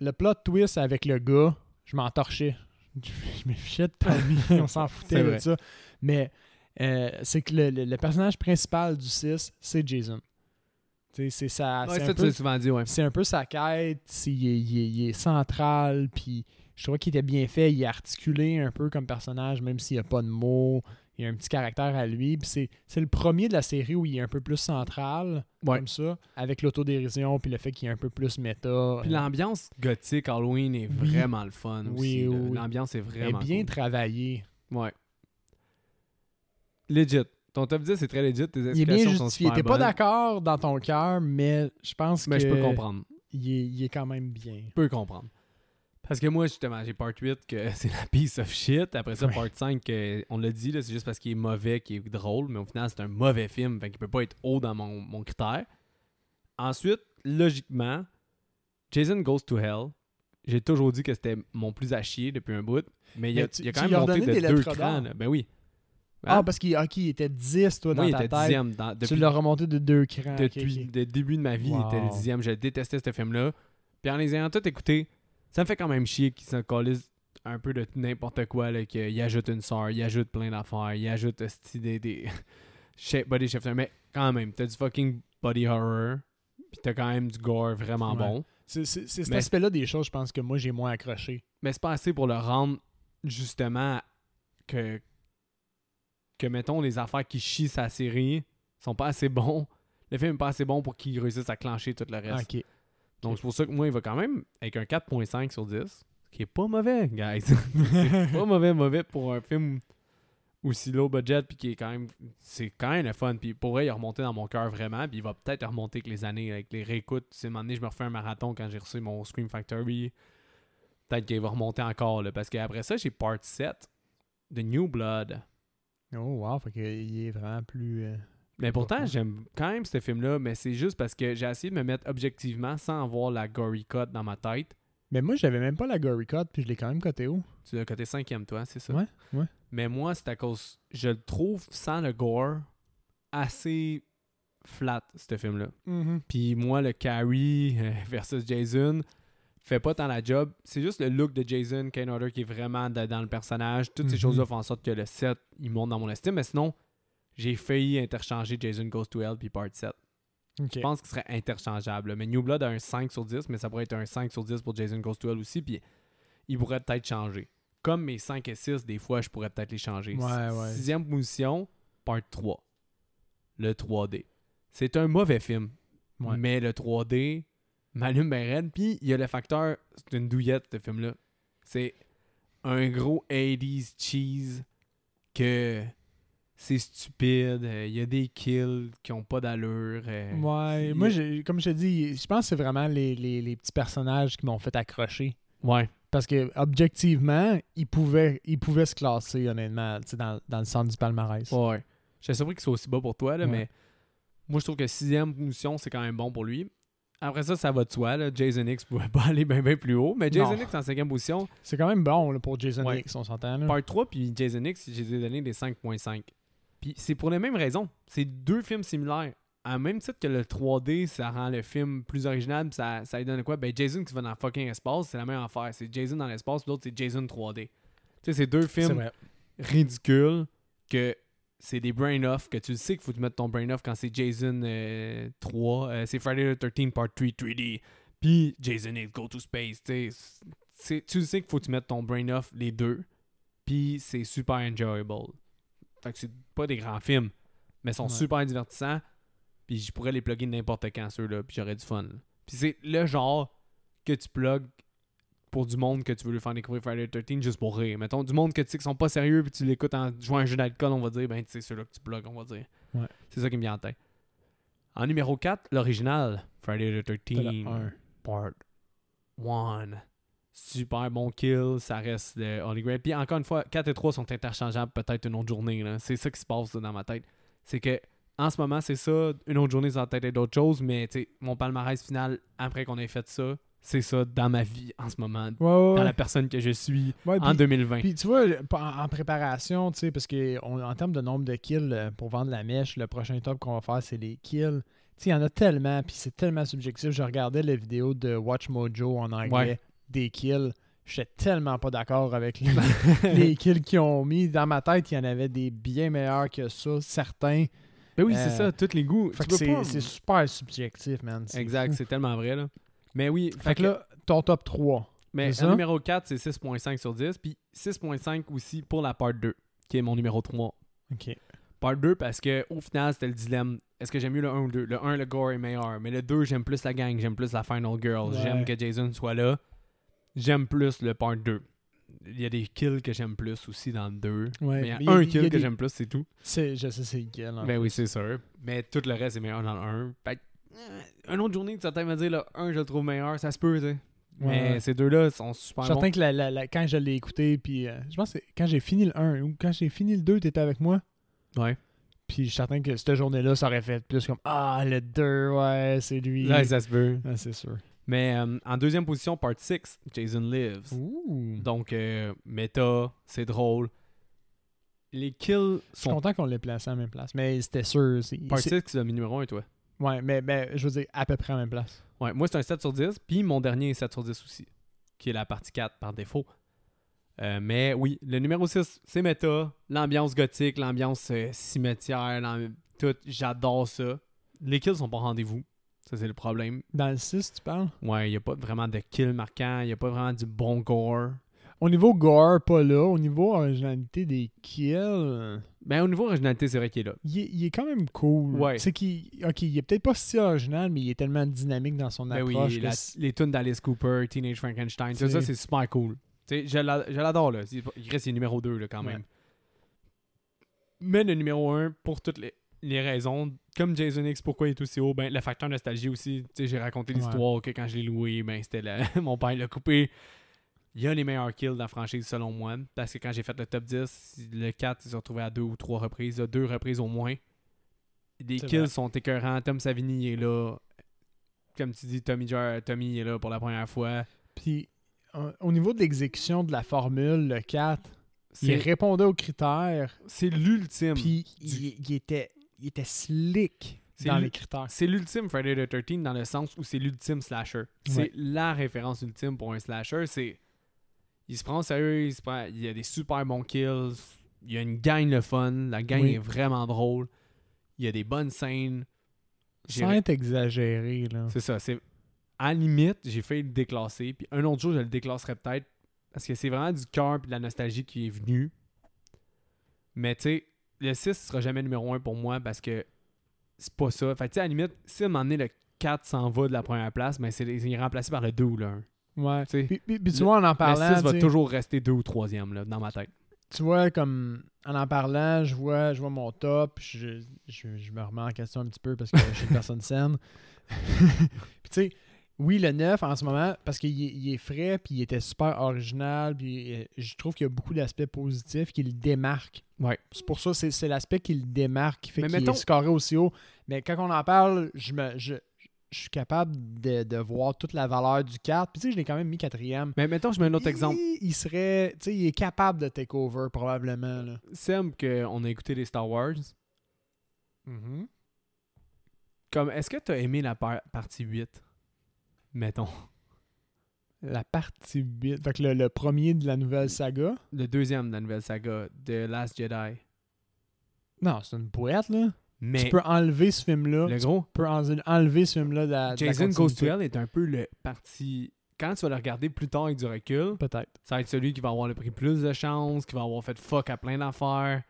Speaker 2: le plot twist avec le gars, je m'en torchais. Je me fichais de Tommy, on s'en
Speaker 1: C'est
Speaker 2: foutait de
Speaker 1: vrai.
Speaker 2: ça. Mais euh, c'est que le, le- le personnage principal du 6, c'est Jason. Tu sais, C'est ça.
Speaker 1: Ouais,
Speaker 2: c'est un
Speaker 1: ça, tu
Speaker 2: peu-
Speaker 1: l'as souvent dit, ouais.
Speaker 2: c'est un peu sa quête, c'est- il est, il est- il est central, puis je trouvais qu'il était bien fait, il est articulé un peu comme personnage, même s'il n'y a pas de mots, il y a un petit caractère à lui, puis c'est, c'est le premier de la série où il est un peu plus central,
Speaker 1: Ouais.
Speaker 2: comme ça, avec l'autodérision, puis le fait qu'il est un peu plus méta.
Speaker 1: Puis l'ambiance gothique Halloween est
Speaker 2: Oui.
Speaker 1: vraiment le fun aussi.
Speaker 2: Oui,
Speaker 1: là.
Speaker 2: oui.
Speaker 1: L'ambiance est
Speaker 2: Il est
Speaker 1: vraiment
Speaker 2: bien
Speaker 1: cool.
Speaker 2: travaillé.
Speaker 1: Ouais. Legit. Ton top 10 est très legit. Tes
Speaker 2: Il est bien
Speaker 1: explications sont
Speaker 2: justifié.
Speaker 1: super
Speaker 2: T'es pas
Speaker 1: bonnes.
Speaker 2: d'accord dans ton cœur, mais je pense
Speaker 1: Mais je
Speaker 2: que
Speaker 1: peux comprendre.
Speaker 2: Il, est, il est quand même bien.
Speaker 1: Je peux comprendre. Parce que moi, justement, j'ai part 8 que c'est la piece of shit. Après ça,
Speaker 2: Ouais.
Speaker 1: part 5, que, on l'a dit, là, c'est juste parce qu'il est mauvais, qu'il est drôle. Mais au final, c'est un mauvais film. Fait qu'il peut pas être haut dans mon, mon critère. Ensuite, logiquement, Jason Goes to Hell. J'ai toujours dit que c'était mon plus à chier depuis un bout. Mais il y a,
Speaker 2: Mais tu-
Speaker 1: il y a
Speaker 2: tu
Speaker 1: quand
Speaker 2: lui
Speaker 1: même
Speaker 2: as
Speaker 1: monté
Speaker 2: redonné
Speaker 1: de
Speaker 2: des
Speaker 1: deux
Speaker 2: lettres
Speaker 1: crans.
Speaker 2: d'or.
Speaker 1: là. Ben oui.
Speaker 2: Ah,
Speaker 1: Hein?
Speaker 2: parce qu'il ok, il était 10, toi, dans
Speaker 1: Moi, il
Speaker 2: ta
Speaker 1: était
Speaker 2: tête.
Speaker 1: dixième dans- depuis,
Speaker 2: Tu l'as remonté de deux crans. Ah, ok,
Speaker 1: depuis
Speaker 2: ok.
Speaker 1: le début de ma vie, il était le
Speaker 2: Wow.
Speaker 1: dixième. Je détestais ce film-là. Puis en les ayant tout écoutés, ça me fait quand même chier qu'ils s'en calissent un peu de n'importe quoi, là, qu'ils ajoutent une sœur, ils ajoutent plein d'affaires, ils ajoutent esti, des, des shape- body shifter. Mais quand même, t'as du fucking body horror, puis t'as quand même du gore vraiment
Speaker 2: Ouais.
Speaker 1: bon.
Speaker 2: C'est c'est- c'est cet
Speaker 1: Mais-
Speaker 2: aspect-là des choses, je pense, que moi, j'ai moins accroché.
Speaker 1: Mais c'est pas assez pour le rendre, justement, que, que mettons, les affaires qui chient sa série sont pas assez bons. le film n'est pas assez bon pour qu'il réussisse à clencher tout le reste.
Speaker 2: Ok.
Speaker 1: Donc, c'est pour ça que moi, il va quand même avec un 4.5 sur 10, ce qui est pas mauvais, guys. C'est pas mauvais, mauvais pour un film aussi low budget, puis qui est quand même. C'est quand même le fun. Puis pour vrai, il a remonté dans mon cœur vraiment, puis il va peut-être remonter avec les années, avec les réécoutes. Tu sais, un moment donné, je me refais un marathon quand j'ai reçu mon Scream Factory. Peut-être qu'il va remonter encore, là, parce qu'après ça, j'ai Part 7 de New Blood.
Speaker 2: Oh, wow. Fait qu'il est vraiment plus. euh,
Speaker 1: Mais pourtant,
Speaker 2: Pourquoi?
Speaker 1: j'aime quand même ce film-là, mais c'est juste parce que j'ai essayé de me mettre objectivement sans avoir la gory cut dans ma tête.
Speaker 2: Mais moi, j'avais même pas la Gory Cut, puis je l'ai quand même coté haut.
Speaker 1: Tu l'as côté cinquième, toi, c'est ça?
Speaker 2: Ouais, ouais.
Speaker 1: Mais moi, c'est à cause. Je le trouve sans le gore assez flat, ce film-là.
Speaker 2: Mm-hmm.
Speaker 1: Puis moi, le Carrie euh, versus Jason fait pas tant la job. C'est juste le look de Jason Kane Hodder qui est vraiment de- dans le personnage. Toutes ces
Speaker 2: Mhm.
Speaker 1: choses-là font en sorte que le 7, il monte dans mon estime. Mais sinon, j'ai failli interchanger Jason Goes to Hell puis Part 7.
Speaker 2: Ok.
Speaker 1: Je pense qu'il serait interchangeable. Mais New Blood a un 5 sur 10, mais ça pourrait être un 5 sur 10 pour Jason Goes to Hell aussi, puis il pourrait peut-être changer. Comme mes 5 et 6, des fois, je pourrais peut-être les changer.
Speaker 2: Ouais,
Speaker 1: Si-
Speaker 2: ouais.
Speaker 1: Sixième position, part 3. Le 3D. C'est un mauvais film,
Speaker 2: Ouais.
Speaker 1: mais le 3D m'allume bien raide, puis il y a le facteur, c'est une douillette, ce film-là. C'est un gros 80s cheese que c'est stupide, euh, il y a des kills qui ont pas d'allure. euh,
Speaker 2: Ouais,
Speaker 1: il-
Speaker 2: moi, j'ai- comme je te dis, je pense que c'est vraiment les, les- les petits personnages qui m'ont fait accrocher.
Speaker 1: Ouais.
Speaker 2: Parce que, objectivement, ils pouvaient, ils pouvaient se classer, honnêtement, tu sais, dans, dans le centre du palmarès.
Speaker 1: Ouais. J'étais surpris qu'il soit aussi bas pour toi, là,
Speaker 2: Ouais.
Speaker 1: mais moi, je trouve que sixième position, c'est quand même bon pour lui. Après ça, ça va de soi. Là. Jason X pouvait pas aller bien bien plus haut. Mais Jason
Speaker 2: Non.
Speaker 1: X en cinquième position,
Speaker 2: C'est quand même bon là, pour Jason
Speaker 1: Ouais.
Speaker 2: X, on s'entend. là.
Speaker 1: part 3 puis Jason X, j'ai donné des 5.5. Puis c'est pour les mêmes raisons. C'est deux films similaires. À même titre que le 3D, ça rend le film plus original, puis ça, ça lui donne quoi? Ben Jason qui va dans le fucking espace, c'est la même affaire. C'est Jason dans l'espace, puis l'autre c'est Jason 3D. Tu sais, c'est deux
Speaker 2: C'est
Speaker 1: films
Speaker 2: vrai.
Speaker 1: ridicule que c'est des brain off que tu le sais qu'il faut te mettre ton brain off quand c'est Jason euh, 3 euh, c'est Friday the 13th part 3 3D puis Jason it go to space tu sais. C'est- tu le sais qu'il faut que tu mettes ton brain off les deux puis c'est super enjoyable fait que c'est pas des grands films mais sont
Speaker 2: Ouais.
Speaker 1: super divertissants puis je pourrais les plugger n'importe quand ceux-là puis j'aurais du fun puis c'est le genre que tu plugues pour du monde que tu veux lui faire découvrir Friday the 13 juste pour rire. Mettons, du monde que tu sais qui sont pas sérieux puis tu l'écoutes en jouant à un jeu d'alcool, on va dire, ben, c'est ceux-là que tu bloques, on va dire.
Speaker 2: Ouais.
Speaker 1: C'est ça qui me vient en tête. En numéro 4, l'original, Friday the
Speaker 2: T'as
Speaker 1: 13
Speaker 2: le un.
Speaker 1: Part 1. Super bon kill, ça reste le Holy Grail. Puis encore une fois, 4 et 3 sont interchangeables peut-être une autre journée. là. C'est ça qui se passe là, dans ma tête. C'est que en ce moment, c'est ça. Une autre journée, ça va peut-être être d'autres choses, mais tu sais, mon palmarès final, après qu'on ait fait ça, c'est ça dans ma vie en ce moment,
Speaker 2: Ouais, ouais,
Speaker 1: dans
Speaker 2: ouais.
Speaker 1: la personne que je suis
Speaker 2: Ouais,
Speaker 1: en
Speaker 2: puis-
Speaker 1: 2020.
Speaker 2: Puis tu vois, le- en, en préparation, tu sais, parce que on- en termes de nombre de kills euh, pour vendre la mèche, le prochain top qu'on va faire, c'est les kills. Tu sais, il y en a tellement, puis c'est tellement subjectif. Je regardais la vidéo de Watch Mojo en anglais
Speaker 1: Ouais.
Speaker 2: des kills. J'étais tellement pas d'accord avec les, les kills qu'ils ont mis. Dans ma tête, il y en avait des bien meilleurs que ça, certains.
Speaker 1: Ben oui, c'est
Speaker 2: Euh,
Speaker 1: ça, tous les goûts.
Speaker 2: Fait
Speaker 1: Tu
Speaker 2: que
Speaker 1: peux
Speaker 2: c'est
Speaker 1: pas-
Speaker 2: c'est super subjectif, man. C'est
Speaker 1: Exact,
Speaker 2: fou.
Speaker 1: c'est tellement vrai, là. Mais oui,
Speaker 2: Fait que là, ton top 3.
Speaker 1: Mais
Speaker 2: C'est
Speaker 1: le
Speaker 2: ça?
Speaker 1: numéro 4, c'est 6.5 sur 10. Puis 6.5 aussi pour la part 2, qui est mon numéro 3.
Speaker 2: OK.
Speaker 1: Part 2 parce que au final, c'était le dilemme. Est-ce que j'aime mieux le 1 ou le 2? Le 1, le gore est meilleur. Mais le 2, j'aime plus la gang, j'aime plus la Final Girl.
Speaker 2: Ouais.
Speaker 1: J'aime que Jason soit là. J'aime plus le part 2. Il y a des kills que j'aime plus aussi dans le 2. mais
Speaker 2: Ouais.
Speaker 1: il y a
Speaker 2: mais il y a-
Speaker 1: un
Speaker 2: il y a
Speaker 1: kill que
Speaker 2: des-
Speaker 1: j'aime plus, c'est tout.
Speaker 2: c'est- Je sais c'est hein. lequel. en
Speaker 1: Ben oui, c'est sûr. Mais tout le reste est meilleur dans le 1. Fait que, euh, une autre journée, que certains me dire le 1, je le trouve meilleur. Ça se peut, tu sais. Mais
Speaker 2: Ouais.
Speaker 1: ces deux-là sont super
Speaker 2: Je suis
Speaker 1: bons.
Speaker 2: certain que la- la- la- quand je l'ai écouté, puis euh, je pense que c'est quand j'ai fini le 1 ou quand j'ai fini le 2, t'étais avec moi.
Speaker 1: Ouais.
Speaker 2: Puis je suis certain que cette journée-là, ça aurait fait plus comme Ah, le 2, ouais, c'est lui.
Speaker 1: Ouais, ça se peut.
Speaker 2: Ah, c'est sûr.
Speaker 1: Mais euh, en deuxième position, part 6, Jason Lives.
Speaker 2: Ouh.
Speaker 1: Donc, euh, méta, c'est drôle. Les kills
Speaker 2: je suis
Speaker 1: sont.
Speaker 2: content qu'on l'ait placé à la même place. Mais c'était sûr. c'est-
Speaker 1: Part
Speaker 2: c'est-
Speaker 1: 6, c'est le numéro 1, toi.
Speaker 2: Ouais, mais, mais je veux dire, à peu près à la même place.
Speaker 1: Ouais, moi, c'est un 7 sur 10. Puis mon dernier est 7 sur 10 aussi, qui est la partie 4 par défaut. Euh, mais oui, le numéro 6, c'est méta. L'ambiance gothique, l'ambiance euh, cimetière, l'am- tout. J'adore ça. Les kills sont pas au rendez-vous. Ça, c'est le problème.
Speaker 2: Dans le 6, tu parles
Speaker 1: Ouais, il n'y a pas vraiment de kill marquant. Il n'y a pas vraiment du bon gore.
Speaker 2: Au niveau gore, pas là. Au niveau originalité des kills, euh,
Speaker 1: Ben, au niveau originalité, c'est vrai qu'il est là.
Speaker 2: il est, il est quand même cool.
Speaker 1: Ouais.
Speaker 2: C'est qu'il OK, il est peut-être pas si original, mais il est tellement dynamique dans son
Speaker 1: Ben oui,
Speaker 2: approche.
Speaker 1: la-
Speaker 2: là, c'est-
Speaker 1: les tunes d'Alice Cooper, Teenage Frankenstein, tout
Speaker 2: C'est-
Speaker 1: ça, c'est super cool. Tu sais, je l'a- je l'adore, là. C'est- Il reste numéro 2, là, quand même.
Speaker 2: Ouais.
Speaker 1: Mais le numéro 1, pour toutes les, les raisons, comme Jason X, pourquoi il est aussi haut, ben, le facteur nostalgie aussi. Tu sais, j'ai raconté
Speaker 2: Ouais.
Speaker 1: l'histoire que quand je l'ai loué, ben, c'était le- mon père l'a coupé. Il y a les meilleurs kills dans la franchise, selon moi. Parce que quand j'ai fait le top 10, le 4, ils se retrouvé à deux ou trois reprises, à deux reprises au moins. Les
Speaker 2: C'est
Speaker 1: kills
Speaker 2: vrai.
Speaker 1: sont écœurants. Tom Savini est là comme tu dis, Tommy, Jar- Tommy est là pour la première fois.
Speaker 2: Puis euh, au niveau de l'exécution de la formule, le 4, il
Speaker 1: C'est
Speaker 2: répondait aux critères.
Speaker 1: c'est l'ultime.
Speaker 2: Puis
Speaker 1: du-
Speaker 2: il, il était, il était slick
Speaker 1: C'est
Speaker 2: dans
Speaker 1: lui-
Speaker 2: les critères.
Speaker 1: C'est l'ultime Friday the 13 dans le sens où c'est l'ultime slasher. C'est
Speaker 2: Ouais.
Speaker 1: la référence ultime pour un slasher. C'est. Il se prend au sérieux, il, se prend- il y a des super bons kills. Il y a une gang de fun. La gang
Speaker 2: Oui.
Speaker 1: est vraiment drôle. Il y a des bonnes scènes. J'ai-
Speaker 2: Sans être exagéré, là.
Speaker 1: C'est ça. C'est à la limite, j'ai failli le déclasser. Puis un autre jour, je le déclasserai peut-être parce que c'est vraiment du cœur et de la nostalgie qui est venue. Mais tu sais, le 6 sera jamais numéro 1 pour moi parce que c'est pas ça. Fait que tu sais, à la limite, si à un moment donné, le 4 s'en va de la première place, mais c'est il est remplacé par le 2 ou le 1.
Speaker 2: Ouais.
Speaker 1: Tu sais,
Speaker 2: Puis, puis- puis tu
Speaker 1: le-
Speaker 2: vois, en en
Speaker 1: Le
Speaker 2: parlant,
Speaker 1: 6 va
Speaker 2: tu sais,
Speaker 1: toujours rester 2 ou 3e là, dans ma tête.
Speaker 2: tu vois, comme en en parlant, je vois, je vois mon top, je, je, je me remets en question un petit peu parce que je suis une personne saine. puis tu sais, oui, le 9 en ce moment, parce qu'il est- il est frais, puis il était super original, puis euh, je trouve qu'il y a beaucoup d'aspects positifs qui le démarquent.
Speaker 1: Ouais.
Speaker 2: C'est pour ça, c'est c'est l'aspect qui le démarque, qui fait
Speaker 1: Mais
Speaker 2: qu'il
Speaker 1: mettons-
Speaker 2: est scoré aussi haut. Mais quand on en parle, je me. Je, je suis capable de, de voir toute la valeur du 4. Puis tu sais, je l'ai quand même mis quatrième.
Speaker 1: Mais mettons, je mets un autre exemple.
Speaker 2: Il, il serait, tu sais, il est capable de take over probablement là.
Speaker 1: Sem, qu'on a écouté les Star Wars,
Speaker 2: Mm-hmm.
Speaker 1: comme est-ce que tu as aimé la par- partie 8 Mettons.
Speaker 2: La partie 8, fait que le, le premier de la nouvelle saga.
Speaker 1: le deuxième de la nouvelle saga de Last Jedi.
Speaker 2: Non, c'est une boîte là.
Speaker 1: Mais
Speaker 2: tu peux enlever ce film là.
Speaker 1: le
Speaker 2: Tu
Speaker 1: gros,
Speaker 2: peux en- enlever ce film là de la. de la
Speaker 1: Jason Goes to
Speaker 2: continuité.
Speaker 1: Hell est un peu le parti. Quand tu vas le regarder plus tard avec du recul,
Speaker 2: Peut-être.
Speaker 1: ça va être celui qui va avoir le pris plus de chance, qui va avoir fait fuck à plein d'affaires,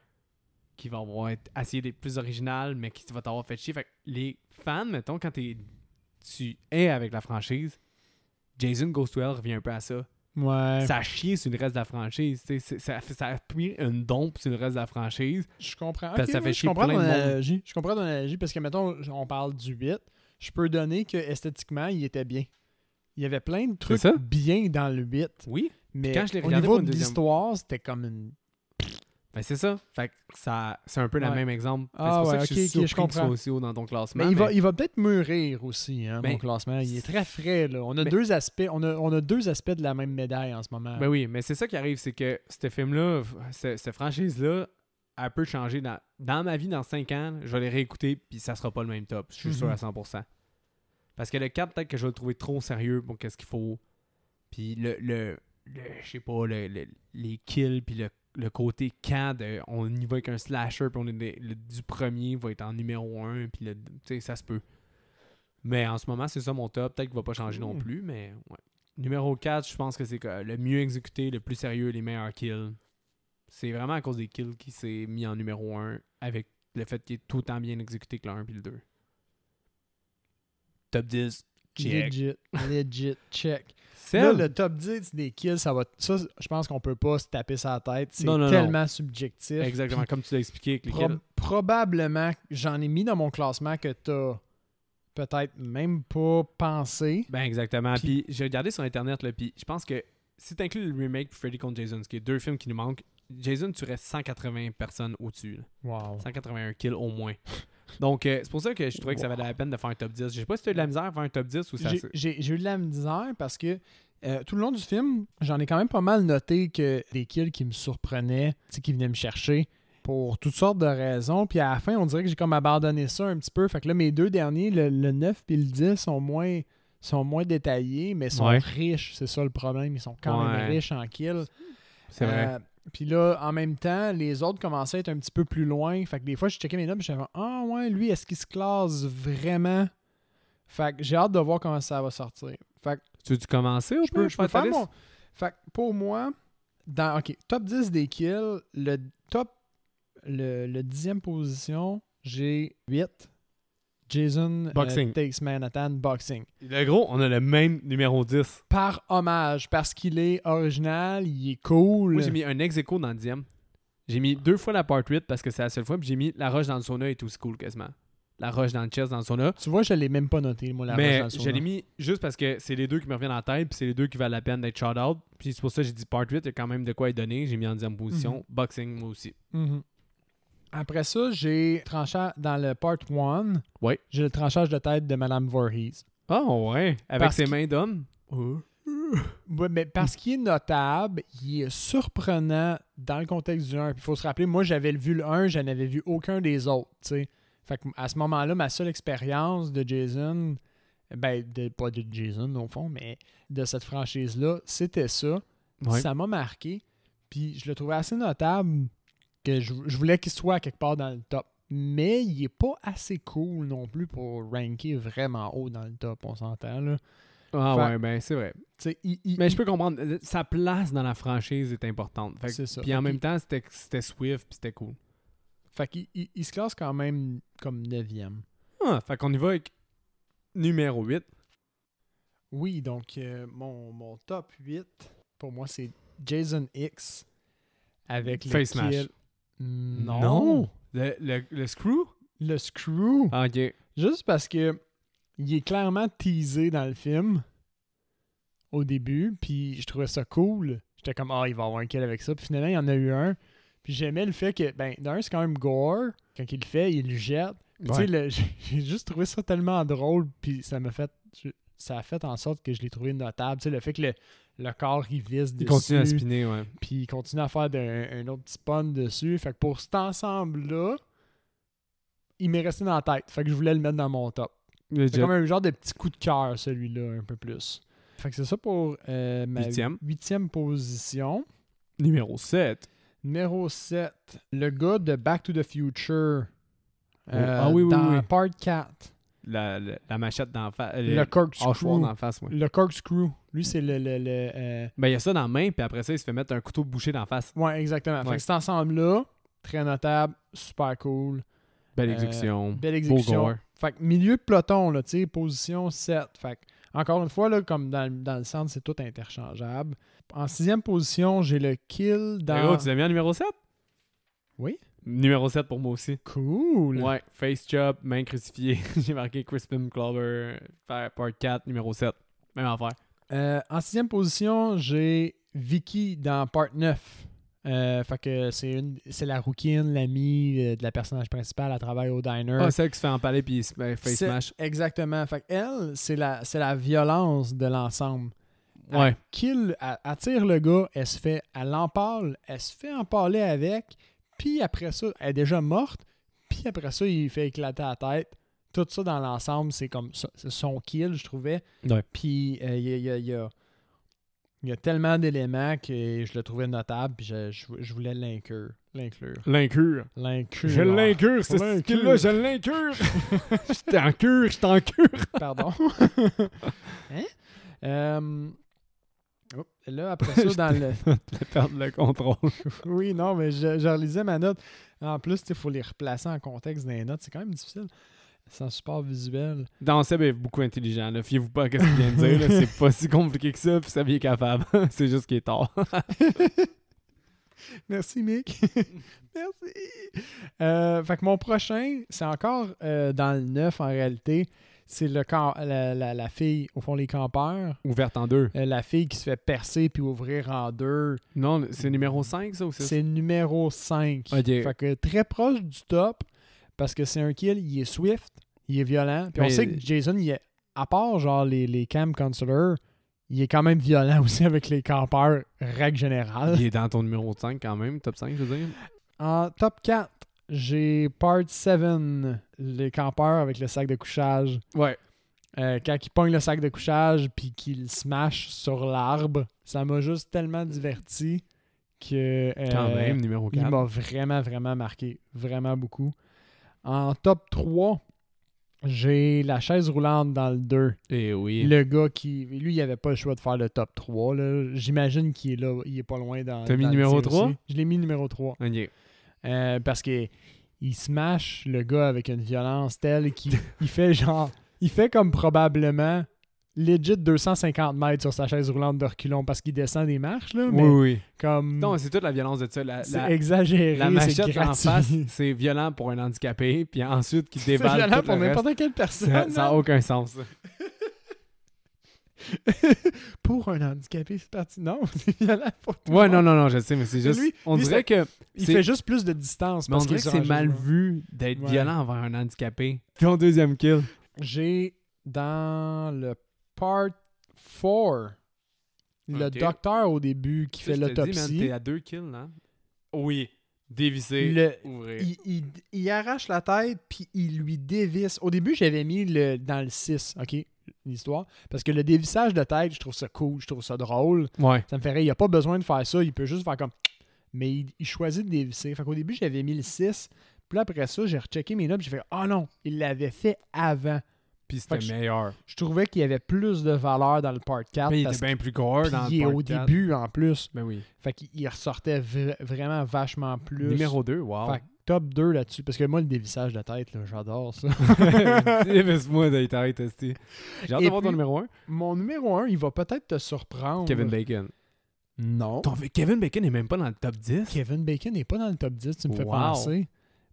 Speaker 1: qui va avoir été- essayé d'être plus original, mais qui va t'avoir fait chier. Fait que les fans, mettons, quand t'es- tu es avec la franchise, Jason Goes to Hell revient un peu à ça.
Speaker 2: Ouais.
Speaker 1: Ça a chié sur le reste de la franchise. tu sais, c'est- Ça, ça a pris une dompe sur le reste de la franchise.
Speaker 2: Je comprends.
Speaker 1: Parce que
Speaker 2: Ok,
Speaker 1: ça
Speaker 2: ouais,
Speaker 1: fait
Speaker 2: je
Speaker 1: chier
Speaker 2: comprends
Speaker 1: plein
Speaker 2: ton
Speaker 1: de monde.
Speaker 2: analogie. Je comprends ton analogie parce que mettons, on parle du 8. Je peux donner que esthétiquement, il était bien. Il y avait plein de trucs
Speaker 1: ça.
Speaker 2: bien dans le 8.
Speaker 1: Oui,
Speaker 2: Mais
Speaker 1: quand je l'ai
Speaker 2: au
Speaker 1: regardé pour
Speaker 2: niveau
Speaker 1: une
Speaker 2: de
Speaker 1: deuxième-
Speaker 2: l'histoire, c'était comme une
Speaker 1: Ben c'est ça. Fait que ça c'est un peu le
Speaker 2: Ouais.
Speaker 1: même exemple. Ben,
Speaker 2: Ah
Speaker 1: c'est pour
Speaker 2: ouais,
Speaker 1: ça que je suis
Speaker 2: ok, ok, je
Speaker 1: surpris que tu sois
Speaker 2: comprends.
Speaker 1: aussi haut dans ton classement.
Speaker 2: Mais il va, il va peut-être mûrir aussi, hein,
Speaker 1: Mais-
Speaker 2: mon classement. Il est très frais, là. On a,
Speaker 1: Mais-
Speaker 2: deux aspects, on, a, on a deux aspects de la même médaille en ce moment.
Speaker 1: Ben oui, mais c'est ça qui arrive, c'est que ce film-là, ce- cette franchise-là, elle peut changer dans, dans ma vie dans 5 ans. Je vais les réécouter, puis ça sera pas le même top. Je suis sûr
Speaker 2: Mhm.
Speaker 1: à 100%. Parce que le 4, peut-être que je vais le trouver trop sérieux pour qu'est-ce qu'il faut. Puis le, le, le- je sais pas, le- le- les kills, puis le, le côté quand de- on y va avec un slasher, puis on est des- le- du premier va être en numéro 1, puis le- tu sais, ça se peut. Mais en ce moment, c'est ça mon top. Peut-être qu'il va pas changer non
Speaker 2: Cool.
Speaker 1: plus, mais ouais. Numéro 4, je pense que c'est que le mieux exécuté, le plus sérieux, les meilleurs kills. C'est vraiment à cause des kills qui s'est mis en numéro 1 avec le fait qu'il est tout le temps bien exécuté que le 1 puis le 2. Top 10. Check.
Speaker 2: Legit, legit, check. Là,
Speaker 1: Seb,
Speaker 2: le top 10 des kills, ça va. Ça, je pense qu'on peut pas se taper sa tête. C'est
Speaker 1: Non, non, non.
Speaker 2: tellement subjectif.
Speaker 1: exactement comme tu l'as expliqué avec les
Speaker 2: Puis
Speaker 1: kills.
Speaker 2: prob- probablement, j'en ai mis dans mon classement que t'as peut-être même pas pensé.
Speaker 1: Ben exactement. Puis
Speaker 2: Puis-
Speaker 1: j'ai regardé sur internet là, puis je pense que si tu inclus le remake puis Freddy contre Jason, ce qui est deux films qui nous manquent, Jason tu restes 180 personnes au-dessus. là.
Speaker 2: Wow.
Speaker 1: 181 kills au moins. Donc euh, c'est pour ça que je trouvais que ça valait la peine de faire un top 10. Je sais pas si tu as eu de la misère à faire un top 10 ou ça
Speaker 2: J'ai-
Speaker 1: se-
Speaker 2: J'ai j'ai eu de la misère parce que euh, tout le long du film, j'en ai quand même pas mal noté que des kills qui me surprenaient, tu sais, qui venaient me chercher pour toutes sortes de raisons. Puis à la fin, on dirait que j'ai comme abandonné ça un petit peu. Fait que là, mes deux derniers, le, le 9 et le 10, sont moins, sont moins détaillés, mais sont
Speaker 1: Ouais.
Speaker 2: riches. C'est ça le problème. Ils sont quand
Speaker 1: Ouais.
Speaker 2: même riches en kills.
Speaker 1: C'est vrai.
Speaker 2: Euh, Puis là, en même temps, les autres commençaient à être un petit peu plus loin. Fait que des fois, je checkais mes notes, puis j'avais Ah ouais, lui, est-ce qu'il se classe vraiment Fait que j'ai hâte de voir comment ça va sortir. Fait que
Speaker 1: Tu veux-tu commencer ou
Speaker 2: je peux, je peux
Speaker 1: ta
Speaker 2: faire
Speaker 1: liste?
Speaker 2: mon. Fait que pour moi, dans OK, top 10 des kills, le top le, le dixième position, j'ai 8. Jason euh,
Speaker 1: Boxing.
Speaker 2: Takes Manhattan Boxing.
Speaker 1: Le gros, on a le même numéro 10.
Speaker 2: Par hommage, parce qu'il est original, il est cool.
Speaker 1: Moi, j'ai mis un ex aequo dans le dixième. J'ai mis deux fois la part 8 parce que c'est la seule fois. Puis j'ai mis la roche dans le sauna est aussi cool quasiment. La roche dans le chest dans le sauna.
Speaker 2: Tu vois, je l'ai même pas noté, moi, la
Speaker 1: mais
Speaker 2: roche dans le
Speaker 1: je l'ai
Speaker 2: sauna.
Speaker 1: mis juste parce que c'est les deux qui me reviennent en tête. Puis c'est les deux qui valent la peine d'être shout out. Puis c'est pour ça que j'ai dit part 8. Il y a quand même de quoi être donné. J'ai mis en dixième position. Boxing, moi aussi.
Speaker 2: Mhm. Après ça, j'ai tranchage dans le part 1.
Speaker 1: Ouais.
Speaker 2: J'ai le tranchage de tête de Madame Voorhees.
Speaker 1: Oh, ouais. Avec
Speaker 2: Parce
Speaker 1: ses
Speaker 2: que-
Speaker 1: mains d'homme.
Speaker 2: Ouais, mais parce qu'il est notable, il est surprenant dans le contexte du 1. Il faut se rappeler, moi, j'avais vu le 1, je n'avais vu aucun des autres. tu sais. Fait que, à ce moment-là, ma seule expérience de Jason, ben, de, pas de Jason au fond, mais de cette franchise-là, c'était ça.
Speaker 1: Ouais.
Speaker 2: Ça m'a marqué. Puis je le trouvais assez notable que je, je voulais qu'il soit quelque part dans le top. Mais il est pas assez cool non plus pour ranker vraiment haut dans le top, on s'entend. là.
Speaker 1: Ah,
Speaker 2: Fait-
Speaker 1: ouais, ben c'est vrai.
Speaker 2: Tu sais, il- il-
Speaker 1: Mais je peux comprendre. euh, Sa place dans la franchise est importante. Fait que-
Speaker 2: C'est ça.
Speaker 1: Puis en
Speaker 2: Fait
Speaker 1: même
Speaker 2: qu'il-
Speaker 1: temps, c'était c'était Swift, puis c'était cool.
Speaker 2: Fait qu'il il- il se classe quand même comme 9e.
Speaker 1: Ah, fait qu'on y va avec numéro 8.
Speaker 2: Oui, donc euh, mon, mon top 8, pour moi, c'est Jason X avec le
Speaker 1: Face Smash.
Speaker 2: kill- Non.
Speaker 1: Le, le, le screw?
Speaker 2: Le Screw.
Speaker 1: Ah, ok.
Speaker 2: Juste parce que il est clairement teasé dans le film au début, puis je trouvais ça cool. J'étais comme, ah, il va y avoir un kill avec ça. Puis finalement, il y en a eu un. Puis j'aimais le fait que, ben, d'un, c'est quand même gore. Quand il le fait, il le jette. Puis Tu sais, le- j'ai juste trouvé ça tellement drôle, puis ça m'a fait. je- Ça a fait en sorte que je l'ai trouvé notable. Tu sais, le fait que le, le corps, il visse dessus.
Speaker 1: Il continue à spinner, ouais.
Speaker 2: Puis il continue à faire d'un- un autre petit pun dessus. Fait que pour cet ensemble-là, il m'est resté dans la tête. Fait que je voulais le mettre dans mon top.
Speaker 1: Le
Speaker 2: C'est comme un genre de petit coup de cœur, celui-là, un peu plus. Fait que c'est ça pour euh, ma
Speaker 1: Huitième.
Speaker 2: huitième position.
Speaker 1: Numéro 7.
Speaker 2: Numéro 7, le gars de Back to the Future.
Speaker 1: Oh,
Speaker 2: euh,
Speaker 1: ah oui, oui,
Speaker 2: dans
Speaker 1: oui.
Speaker 2: Part 4.
Speaker 1: La, la, la machette d'en euh, face.
Speaker 2: Le
Speaker 1: Le hachoir
Speaker 2: corkscrew.
Speaker 1: d'en face, ouais.
Speaker 2: Le corkscrew. Lui, c'est le. le, le, euh,
Speaker 1: Ben, il y a ça dans la main, puis après ça, il se fait mettre un couteau bouché d'en face.
Speaker 2: Ouais, exactement. Fait
Speaker 1: Ouais.
Speaker 2: que cet ensemble-là, très notable, super cool.
Speaker 1: Belle
Speaker 2: Euh,
Speaker 1: exécution.
Speaker 2: Belle
Speaker 1: Beau
Speaker 2: exécution.
Speaker 1: gore.
Speaker 2: Fait que milieu de peloton, là, tu sais, position 7. Fait que, encore une fois, là, comme dans, le- dans le centre, c'est tout interchangeable. En sixième position, j'ai le kill
Speaker 1: Le gros,
Speaker 2: dans.
Speaker 1: tu l'as mis en numéro 7?
Speaker 2: Oui.
Speaker 1: Numéro 7 pour moi aussi.
Speaker 2: Cool.
Speaker 1: Ouais, face chop, main crucifiée. J'ai marqué Crispin Clover, part 4, numéro 7. Même affaire.
Speaker 2: Euh, en sixième position, j'ai Vicky dans Part 9. Euh, fait que c'est une c'est la rouquine, l'amie euh, de la personnage principale, elle travaille au diner.
Speaker 1: Ah, celle qui se fait empaler puis il se fait face
Speaker 2: C'est-
Speaker 1: smash.
Speaker 2: Exactement. Fait que elle, c'est la, c'est la violence de l'ensemble. Elle
Speaker 1: Ouais.
Speaker 2: Kill, elle, elle tire le gars, elle se fait, elle en parle, elle se fait en parler avec, puis après ça, elle est déjà morte, puis après ça, il fait éclater la tête. Tout ça dans l'ensemble, c'est comme ça- c'est son kill, je trouvais.
Speaker 1: Ouais.
Speaker 2: Puis euh, il y a- il y a- il y a- il y a tellement d'éléments que je le trouvais notable, puis je, je- je voulais l'inclure. L'inclure.
Speaker 1: L'incure.
Speaker 2: L'inclure.
Speaker 1: Je l'incure, ce
Speaker 2: L'incure.
Speaker 1: skill-là, je l'incure. J'étais en cure, j'étais en cure.
Speaker 2: Pardon. hein? Euh, hop, là, après ça, dans le.
Speaker 1: Je perdre le contrôle.
Speaker 2: Oui, non, mais je, je relisais ma note. En plus, il faut les replacer en contexte des notes. C'est quand même difficile. Sans support visuel.
Speaker 1: Dans Seb est beaucoup intelligent. là. Fiez-vous pas à ce qu'il vient de dire. là. C'est pas si compliqué que ça, puis Seb il est capable. C'est juste qu'il est tard.
Speaker 2: Merci, Mick. Merci. Euh, fait que mon prochain, c'est encore euh, dans le 9 en réalité. C'est le camp- la, la- la fille, au fond, les campeurs.
Speaker 1: Ouverte en deux.
Speaker 2: Euh, la fille qui se fait percer puis ouvrir en deux.
Speaker 1: Non, c'est numéro 5, ça, ou c'est
Speaker 2: C'est le numéro 5.
Speaker 1: Ok.
Speaker 2: Fait que très proche du top parce que c'est un kill, il est swift, il est violent. Puis on
Speaker 1: Mais-
Speaker 2: sait que Jason, il est, à part genre les, les cam counselors, il est quand même violent aussi avec les campeurs, règle générale.
Speaker 1: Il est dans ton numéro 5 quand même, top 5, je veux dire.
Speaker 2: En top 4, j'ai part 7, les campeurs avec le sac de couchage.
Speaker 1: Ouais.
Speaker 2: Euh, quand il pogne le sac de couchage puis qu'il le smash sur l'arbre, ça m'a juste tellement diverti que. euh,
Speaker 1: Quand même, numéro
Speaker 2: Il
Speaker 1: 4.
Speaker 2: m'a vraiment, vraiment marqué. Vraiment beaucoup. En top 3, J'ai la chaise roulante dans le 2.
Speaker 1: Et Eh oui.
Speaker 2: Le gars qui. Lui, il avait pas le choix de faire le top 3. là. J'imagine qu'il est là. Il est pas loin dans.
Speaker 1: T'as mis
Speaker 2: dans le
Speaker 1: numéro
Speaker 2: tir
Speaker 1: 3?
Speaker 2: aussi. Je l'ai mis numéro 3.
Speaker 1: Ok.
Speaker 2: Euh, parce que il smash le gars avec une violence telle qu'il il fait genre. Il fait comme probablement legit 250 mètres sur sa chaise roulante de reculons parce qu'il descend des marches, là. Mais
Speaker 1: Oui, oui.
Speaker 2: comme.
Speaker 1: Non, c'est toute la violence de ça. La,
Speaker 2: c'est
Speaker 1: la,
Speaker 2: exagéré.
Speaker 1: la
Speaker 2: c'est
Speaker 1: machette en
Speaker 2: gratuit.
Speaker 1: face, c'est violent pour un handicapé, puis ensuite qui
Speaker 2: C'est
Speaker 1: déballe
Speaker 2: violent
Speaker 1: tout
Speaker 2: pour
Speaker 1: le reste.
Speaker 2: n'importe quelle personne.
Speaker 1: Ça n'a
Speaker 2: hein.
Speaker 1: aucun sens. ça.
Speaker 2: pour un handicapé, c'est parti. Non, c'est violent pour tout le
Speaker 1: Ouais,
Speaker 2: monde.
Speaker 1: non, non, non, je sais, mais c'est
Speaker 2: Mais
Speaker 1: juste.
Speaker 2: lui-
Speaker 1: on
Speaker 2: lui,
Speaker 1: dirait que.
Speaker 2: Il
Speaker 1: c'est-
Speaker 2: fait juste plus de distance.
Speaker 1: Mais on
Speaker 2: parce qu'il
Speaker 1: dirait
Speaker 2: est
Speaker 1: que
Speaker 2: sur
Speaker 1: c'est
Speaker 2: un
Speaker 1: mal
Speaker 2: jugement.
Speaker 1: vu d'être
Speaker 2: Ouais.
Speaker 1: violent envers un handicapé. Ton deuxième kill.
Speaker 2: J'ai dans le part 4 le
Speaker 1: Ok.
Speaker 2: docteur au début qui fait l'autopsie.
Speaker 1: T'es à deux kills, là. Oui. Dévisser.
Speaker 2: hein. Le-
Speaker 1: Ouvrir.
Speaker 2: Il, il- il arrache la tête puis il lui dévisse. Au début, j'avais mis le dans le 6, OK, l'histoire. Parce que le dévissage de tête, je trouve ça cool, je trouve ça drôle.
Speaker 1: Ouais.
Speaker 2: Ça me ferait, il n'y a pas besoin de faire ça, il peut juste faire comme. Mais il, il choisit de dévisser. Fait qu'au début, j'avais mis le 6. Puis là, après ça, j'ai rechecké mes notes, j'ai fait, ah non, il l'avait fait avant.
Speaker 1: Puis
Speaker 2: Fait que
Speaker 1: c'était
Speaker 2: je-
Speaker 1: meilleur.
Speaker 2: Je trouvais qu'il y avait plus de valeur dans le part 4.
Speaker 1: Mais il
Speaker 2: parce
Speaker 1: était bien plus gore
Speaker 2: qu'il
Speaker 1: dans le
Speaker 2: est
Speaker 1: part
Speaker 2: au
Speaker 1: quatre.
Speaker 2: début en plus.
Speaker 1: Ben oui.
Speaker 2: Fait qu'il il ressortait vra- vraiment vachement plus.
Speaker 1: Numéro 2, wow.
Speaker 2: Fait que top 2 là-dessus. Parce que moi, le dévissage de tête, là, j'adore ça.
Speaker 1: Dévisse-moi d'être arrêt testé. J'ai hâte
Speaker 2: Et
Speaker 1: de voir ton
Speaker 2: puis-
Speaker 1: numéro 1.
Speaker 2: Mon numéro 1, il va peut-être te surprendre.
Speaker 1: Kevin Bacon.
Speaker 2: Non.
Speaker 1: Ton- Kevin Bacon est même pas dans le top 10.
Speaker 2: Kevin Bacon n'est pas dans le top 10, tu me fais
Speaker 1: Wow.
Speaker 2: penser.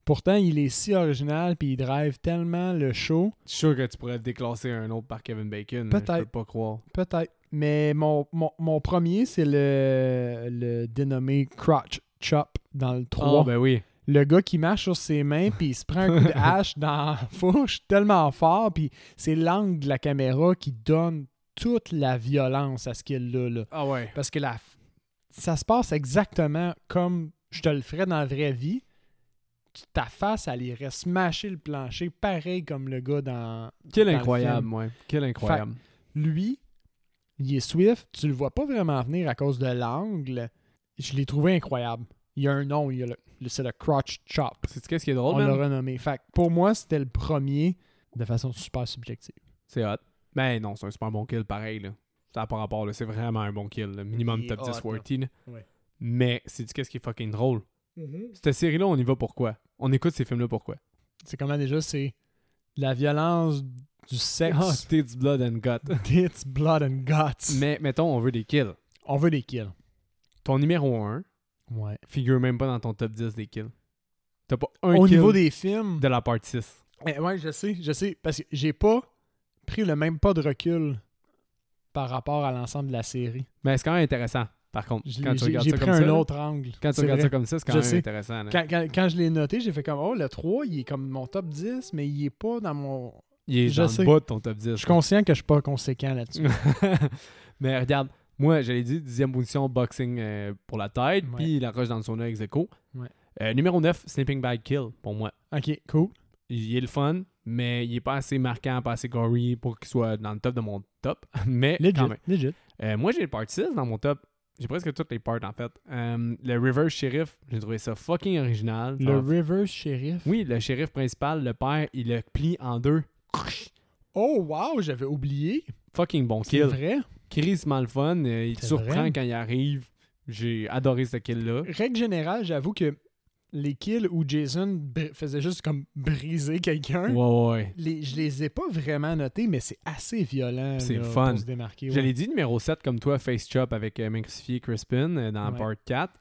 Speaker 2: Pourtant, il est si original puis il drive tellement le show.
Speaker 1: Je suis sûr que tu pourrais déclasser un autre par Kevin Bacon.
Speaker 2: Peut-être.
Speaker 1: Je peux pas croire.
Speaker 2: Peut-être. Mais mon, mon, mon premier, c'est le, le dénommé Crotch Chop dans le 3.
Speaker 1: Oh, ben oui.
Speaker 2: le gars qui marche sur ses mains puis il se prend un coup de hache dans la fourche tellement fort puis c'est l'angle de la caméra qui donne toute la violence à ce qu'il a là
Speaker 1: Ah ouais.
Speaker 2: parce que la f- ça se passe exactement comme je te le ferais dans la vraie vie Tu- ta face elle irait smasher le plancher pareil comme le gars dans
Speaker 1: Quel
Speaker 2: dans le
Speaker 1: incroyable,
Speaker 2: film.
Speaker 1: ouais. Quel incroyable.
Speaker 2: lui il est swift tu le vois pas vraiment venir à cause de l'angle je l'ai trouvé incroyable il y a un nom il y a le- le- c'est le crotch chop
Speaker 1: C'est qu'est-ce qui est drôle,
Speaker 2: on
Speaker 1: Oh, man?
Speaker 2: l'a renommé. Fait que pour moi, c'était le premier de façon super subjective.
Speaker 1: C'est hot. Ben non, c'est un super bon kill pareil. Là. Ça n'a pas rapport. là. C'est vraiment un bon kill. là. Minimum
Speaker 2: Il est
Speaker 1: top 10
Speaker 2: hot, là.
Speaker 1: worthy. là.
Speaker 2: Ouais.
Speaker 1: Mais c'est du qu'est-ce qui est fucking drôle. Cette série-là, on y va pourquoi On écoute ces films-là pourquoi
Speaker 2: C'est comment déjà, c'est de la violence, du
Speaker 1: Ah,
Speaker 2: sexe,
Speaker 1: Tits, Blood and Gut.
Speaker 2: tits, blood and guts.
Speaker 1: Ah. Mais mettons, on veut des kills.
Speaker 2: On veut des kills.
Speaker 1: Ton numéro 1
Speaker 2: Ouais.
Speaker 1: figure même pas dans ton top 10 des kills. T'as pas un
Speaker 2: Au
Speaker 1: kill
Speaker 2: niveau des films,
Speaker 1: de la partie 6.
Speaker 2: Eh, ouais, je sais, je sais, parce que j'ai pas pris le même pas de recul par rapport à l'ensemble de la série.
Speaker 1: Mais c'est quand même intéressant, par contre.
Speaker 2: Je
Speaker 1: Quand
Speaker 2: l'ai-
Speaker 1: tu
Speaker 2: J'ai
Speaker 1: regardes
Speaker 2: j'ai
Speaker 1: ça
Speaker 2: pris
Speaker 1: comme
Speaker 2: un
Speaker 1: ça. là,
Speaker 2: autre angle.
Speaker 1: Quand tu
Speaker 2: C'est
Speaker 1: regardes
Speaker 2: vrai.
Speaker 1: ça comme ça, c'est quand
Speaker 2: Je
Speaker 1: même
Speaker 2: sais.
Speaker 1: intéressant. là.
Speaker 2: Quand, quand- quand je l'ai noté, j'ai fait comme, oh, le 3, il est comme mon top 10, mais il est pas dans mon...
Speaker 1: Il est
Speaker 2: je
Speaker 1: dans
Speaker 2: sais.
Speaker 1: le bas de ton top 10.
Speaker 2: Je suis conscient que je suis pas conséquent là-dessus.
Speaker 1: Mais regarde, moi, j'allais dire dixième position, boxing euh, pour la tête,
Speaker 2: Ouais.
Speaker 1: puis la roche dans le sauna ex aequo.
Speaker 2: Ouais.
Speaker 1: Euh, numéro 9, Sleeping Bag Kill, pour moi.
Speaker 2: Mm. OK, cool.
Speaker 1: Il est le fun, mais il est pas assez marquant, pas assez gory pour qu'il soit dans le top de mon top. Mais
Speaker 2: Legit,
Speaker 1: quand même.
Speaker 2: legit.
Speaker 1: Euh, moi, j'ai le part 6 dans mon top. J'ai presque toutes les parts, en fait. Euh, le Reverse Sheriff, j'ai trouvé ça fucking original.
Speaker 2: Le
Speaker 1: Ça-
Speaker 2: reverse sheriff.
Speaker 1: Oui, le shérif principal, le père, il le plie en deux.
Speaker 2: Oh, wow, j'avais oublié.
Speaker 1: Fucking bon
Speaker 2: C'est
Speaker 1: kill.
Speaker 2: vrai.
Speaker 1: Crissement le fun. euh, il te
Speaker 2: C'est
Speaker 1: surprend
Speaker 2: vrai.
Speaker 1: quand il arrive. J'ai adoré ce kill-là.
Speaker 2: Règle générale, j'avoue que les kills où Jason br- faisait juste comme briser quelqu'un,
Speaker 1: Ouais, ouais, ouais.
Speaker 2: les, je les ai pas vraiment notés, mais c'est assez violent.
Speaker 1: C'est
Speaker 2: là,
Speaker 1: fun.
Speaker 2: Pour se démarquer,
Speaker 1: Je
Speaker 2: ouais.
Speaker 1: l'ai dit numéro 7 comme toi, Face Chop avec euh, Maxifier Crispin euh, dans
Speaker 2: Ouais.
Speaker 1: Part 4.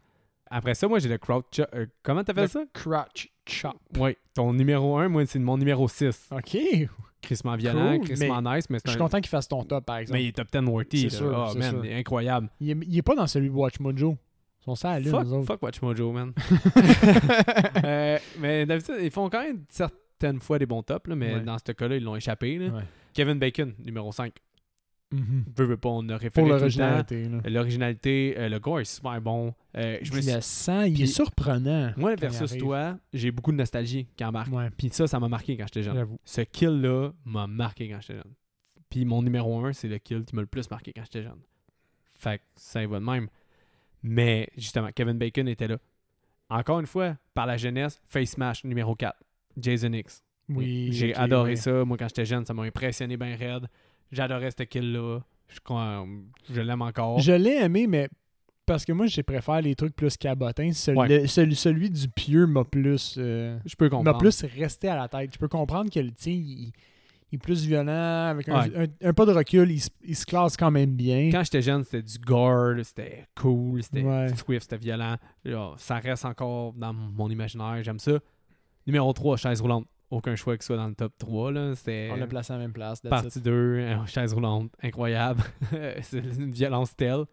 Speaker 1: Après ça, moi j'ai le Crowd Chop. euh, comment t'appelles
Speaker 2: Le
Speaker 1: ça?
Speaker 2: crotch chop.
Speaker 1: Oui, ton numéro 1, moi c'est mon numéro 6.
Speaker 2: OK. Je
Speaker 1: Crissement violent,
Speaker 2: Cool,
Speaker 1: Crissement nice, mais c'est
Speaker 2: suis
Speaker 1: un...
Speaker 2: content qu'il fasse ton top, par exemple.
Speaker 1: Mais il est top 10 worthy.
Speaker 2: C'est
Speaker 1: là.
Speaker 2: sûr,
Speaker 1: Ah,
Speaker 2: c'est
Speaker 1: man,
Speaker 2: sûr.
Speaker 1: il est incroyable.
Speaker 2: Il, est, il est pas dans celui de Watch Mojo. Ils sont sales, Ah, là, nous
Speaker 1: Fuck,
Speaker 2: autres.
Speaker 1: fuck Watch Mojo, man. Euh, mais d'habitude, ils font quand même certaines fois des bons tops, là, mais
Speaker 2: Ouais.
Speaker 1: dans ce cas-là, ils l'ont échappé. là.
Speaker 2: Ouais.
Speaker 1: Kevin Bacon, numéro 5.
Speaker 2: Mhm.
Speaker 1: Peu, peu pas, on a référé
Speaker 2: Pour
Speaker 1: tout le temps.
Speaker 2: l'originalité. là.
Speaker 1: L'originalité, euh, le gore est super bon. Euh, je me suis
Speaker 2: Le sang, il est
Speaker 1: Puis-
Speaker 2: surprenant.
Speaker 1: Moi,
Speaker 2: quand il
Speaker 1: versus
Speaker 2: arrive.
Speaker 1: toi, j'ai beaucoup de nostalgie qui embarque.
Speaker 2: Ouais,
Speaker 1: Puis ça, ça m'a marqué quand j'étais jeune.
Speaker 2: j'avoue.
Speaker 1: Ce kill-là m'a marqué quand j'étais jeune. Puis mon numéro un, c'est le kill qui m'a le plus marqué quand j'étais jeune. Fait que ça y va de même. Mais justement, Kevin Bacon était là. Encore une fois, par la jeunesse, Face Smash numéro 4. Jason X.
Speaker 2: Oui.
Speaker 1: J'ai
Speaker 2: ok,
Speaker 1: adoré
Speaker 2: ouais.
Speaker 1: ça. Moi, quand j'étais jeune, ça m'a impressionné bien raide. J'adorais cette kill-là. Je, crois- euh, je l'aime encore.
Speaker 2: Je l'ai aimé, mais parce que moi, j'ai préféré les trucs plus cabotins. Celui,
Speaker 1: Ouais.
Speaker 2: celui, celui du pieux m'a plus. euh,
Speaker 1: Je peux
Speaker 2: m'a
Speaker 1: comprendre.
Speaker 2: plus resté à la tête. Je peux comprendre que le tien, il, il est plus violent, avec un,
Speaker 1: Ouais.
Speaker 2: un- un pas de recul, il, se- il se classe quand même bien.
Speaker 1: Quand j'étais jeune, c'était du gore, c'était cool, c'était
Speaker 2: Ouais.
Speaker 1: swift, c'était violent. Genre, ça reste encore dans mon imaginaire, j'aime ça. Numéro 3, chaise roulante. Aucun choix qui soit dans le top 3. Là. C'était
Speaker 2: On l'a placé à la même place. that's it.
Speaker 1: partie 2, euh, chaise roulante, incroyable. C'est une violence telle.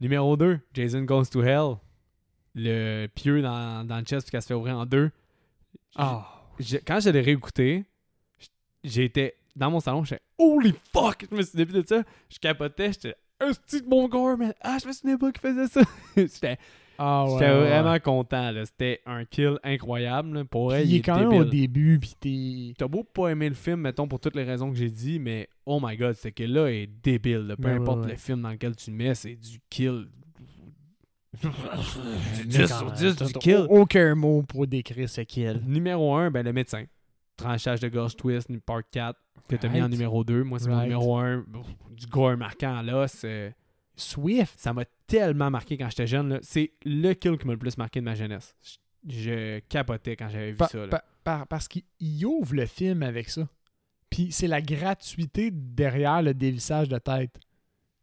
Speaker 1: Numéro 2, Jason Goes to Hell. Le pieu dans, dans le chest puis qu'elle se fait ouvrir en deux.
Speaker 2: Ah.
Speaker 1: J'ai- quand je l'ai réécouté, j- j'étais dans mon salon, j'étais Holy fuck! Je me souviens plus de ça. Je capotais, j'étais un petit bon gore, man. Ah, je me souvenais pas qu'il faisait ça. j'étais
Speaker 2: Ah, ouais,
Speaker 1: j'étais
Speaker 2: ouais, ouais.
Speaker 1: vraiment content. là. C'était un kill incroyable. là. Pour
Speaker 2: Puis
Speaker 1: elle,
Speaker 2: il est quand même au
Speaker 1: débile.
Speaker 2: début, puis t'es.
Speaker 1: T'as beau pas aimer le film, mettons, pour toutes les raisons que j'ai dit, mais oh my god, ce kill-là est débile. là. Peu
Speaker 2: Ouais, ouais,
Speaker 1: importe
Speaker 2: ouais.
Speaker 1: le film dans lequel tu mets, c'est du kill.
Speaker 2: Mais
Speaker 1: 10
Speaker 2: quand
Speaker 1: sur
Speaker 2: même,
Speaker 1: 10
Speaker 2: t'as-
Speaker 1: du
Speaker 2: t'as
Speaker 1: kill.
Speaker 2: Aucun mot pour décrire ce kill.
Speaker 1: Numéro 1, ben, le médecin. Tranchage de gorge twist, nu- part 4, que t'as mis en
Speaker 2: Right.
Speaker 1: numéro 2. Moi, c'est mon
Speaker 2: Right.
Speaker 1: numéro 1. Du gore marquant, là, c'est-
Speaker 2: Swift.
Speaker 1: ça m'a tellement marqué quand j'étais jeune. là. C'est le kill qui m'a le plus marqué de ma jeunesse. Je, je capotais quand j'avais vu
Speaker 2: Pa-
Speaker 1: ça. là.
Speaker 2: pa- par- parce qu'il il ouvre le film avec ça. Puis c'est la gratuité derrière le dévissage de tête.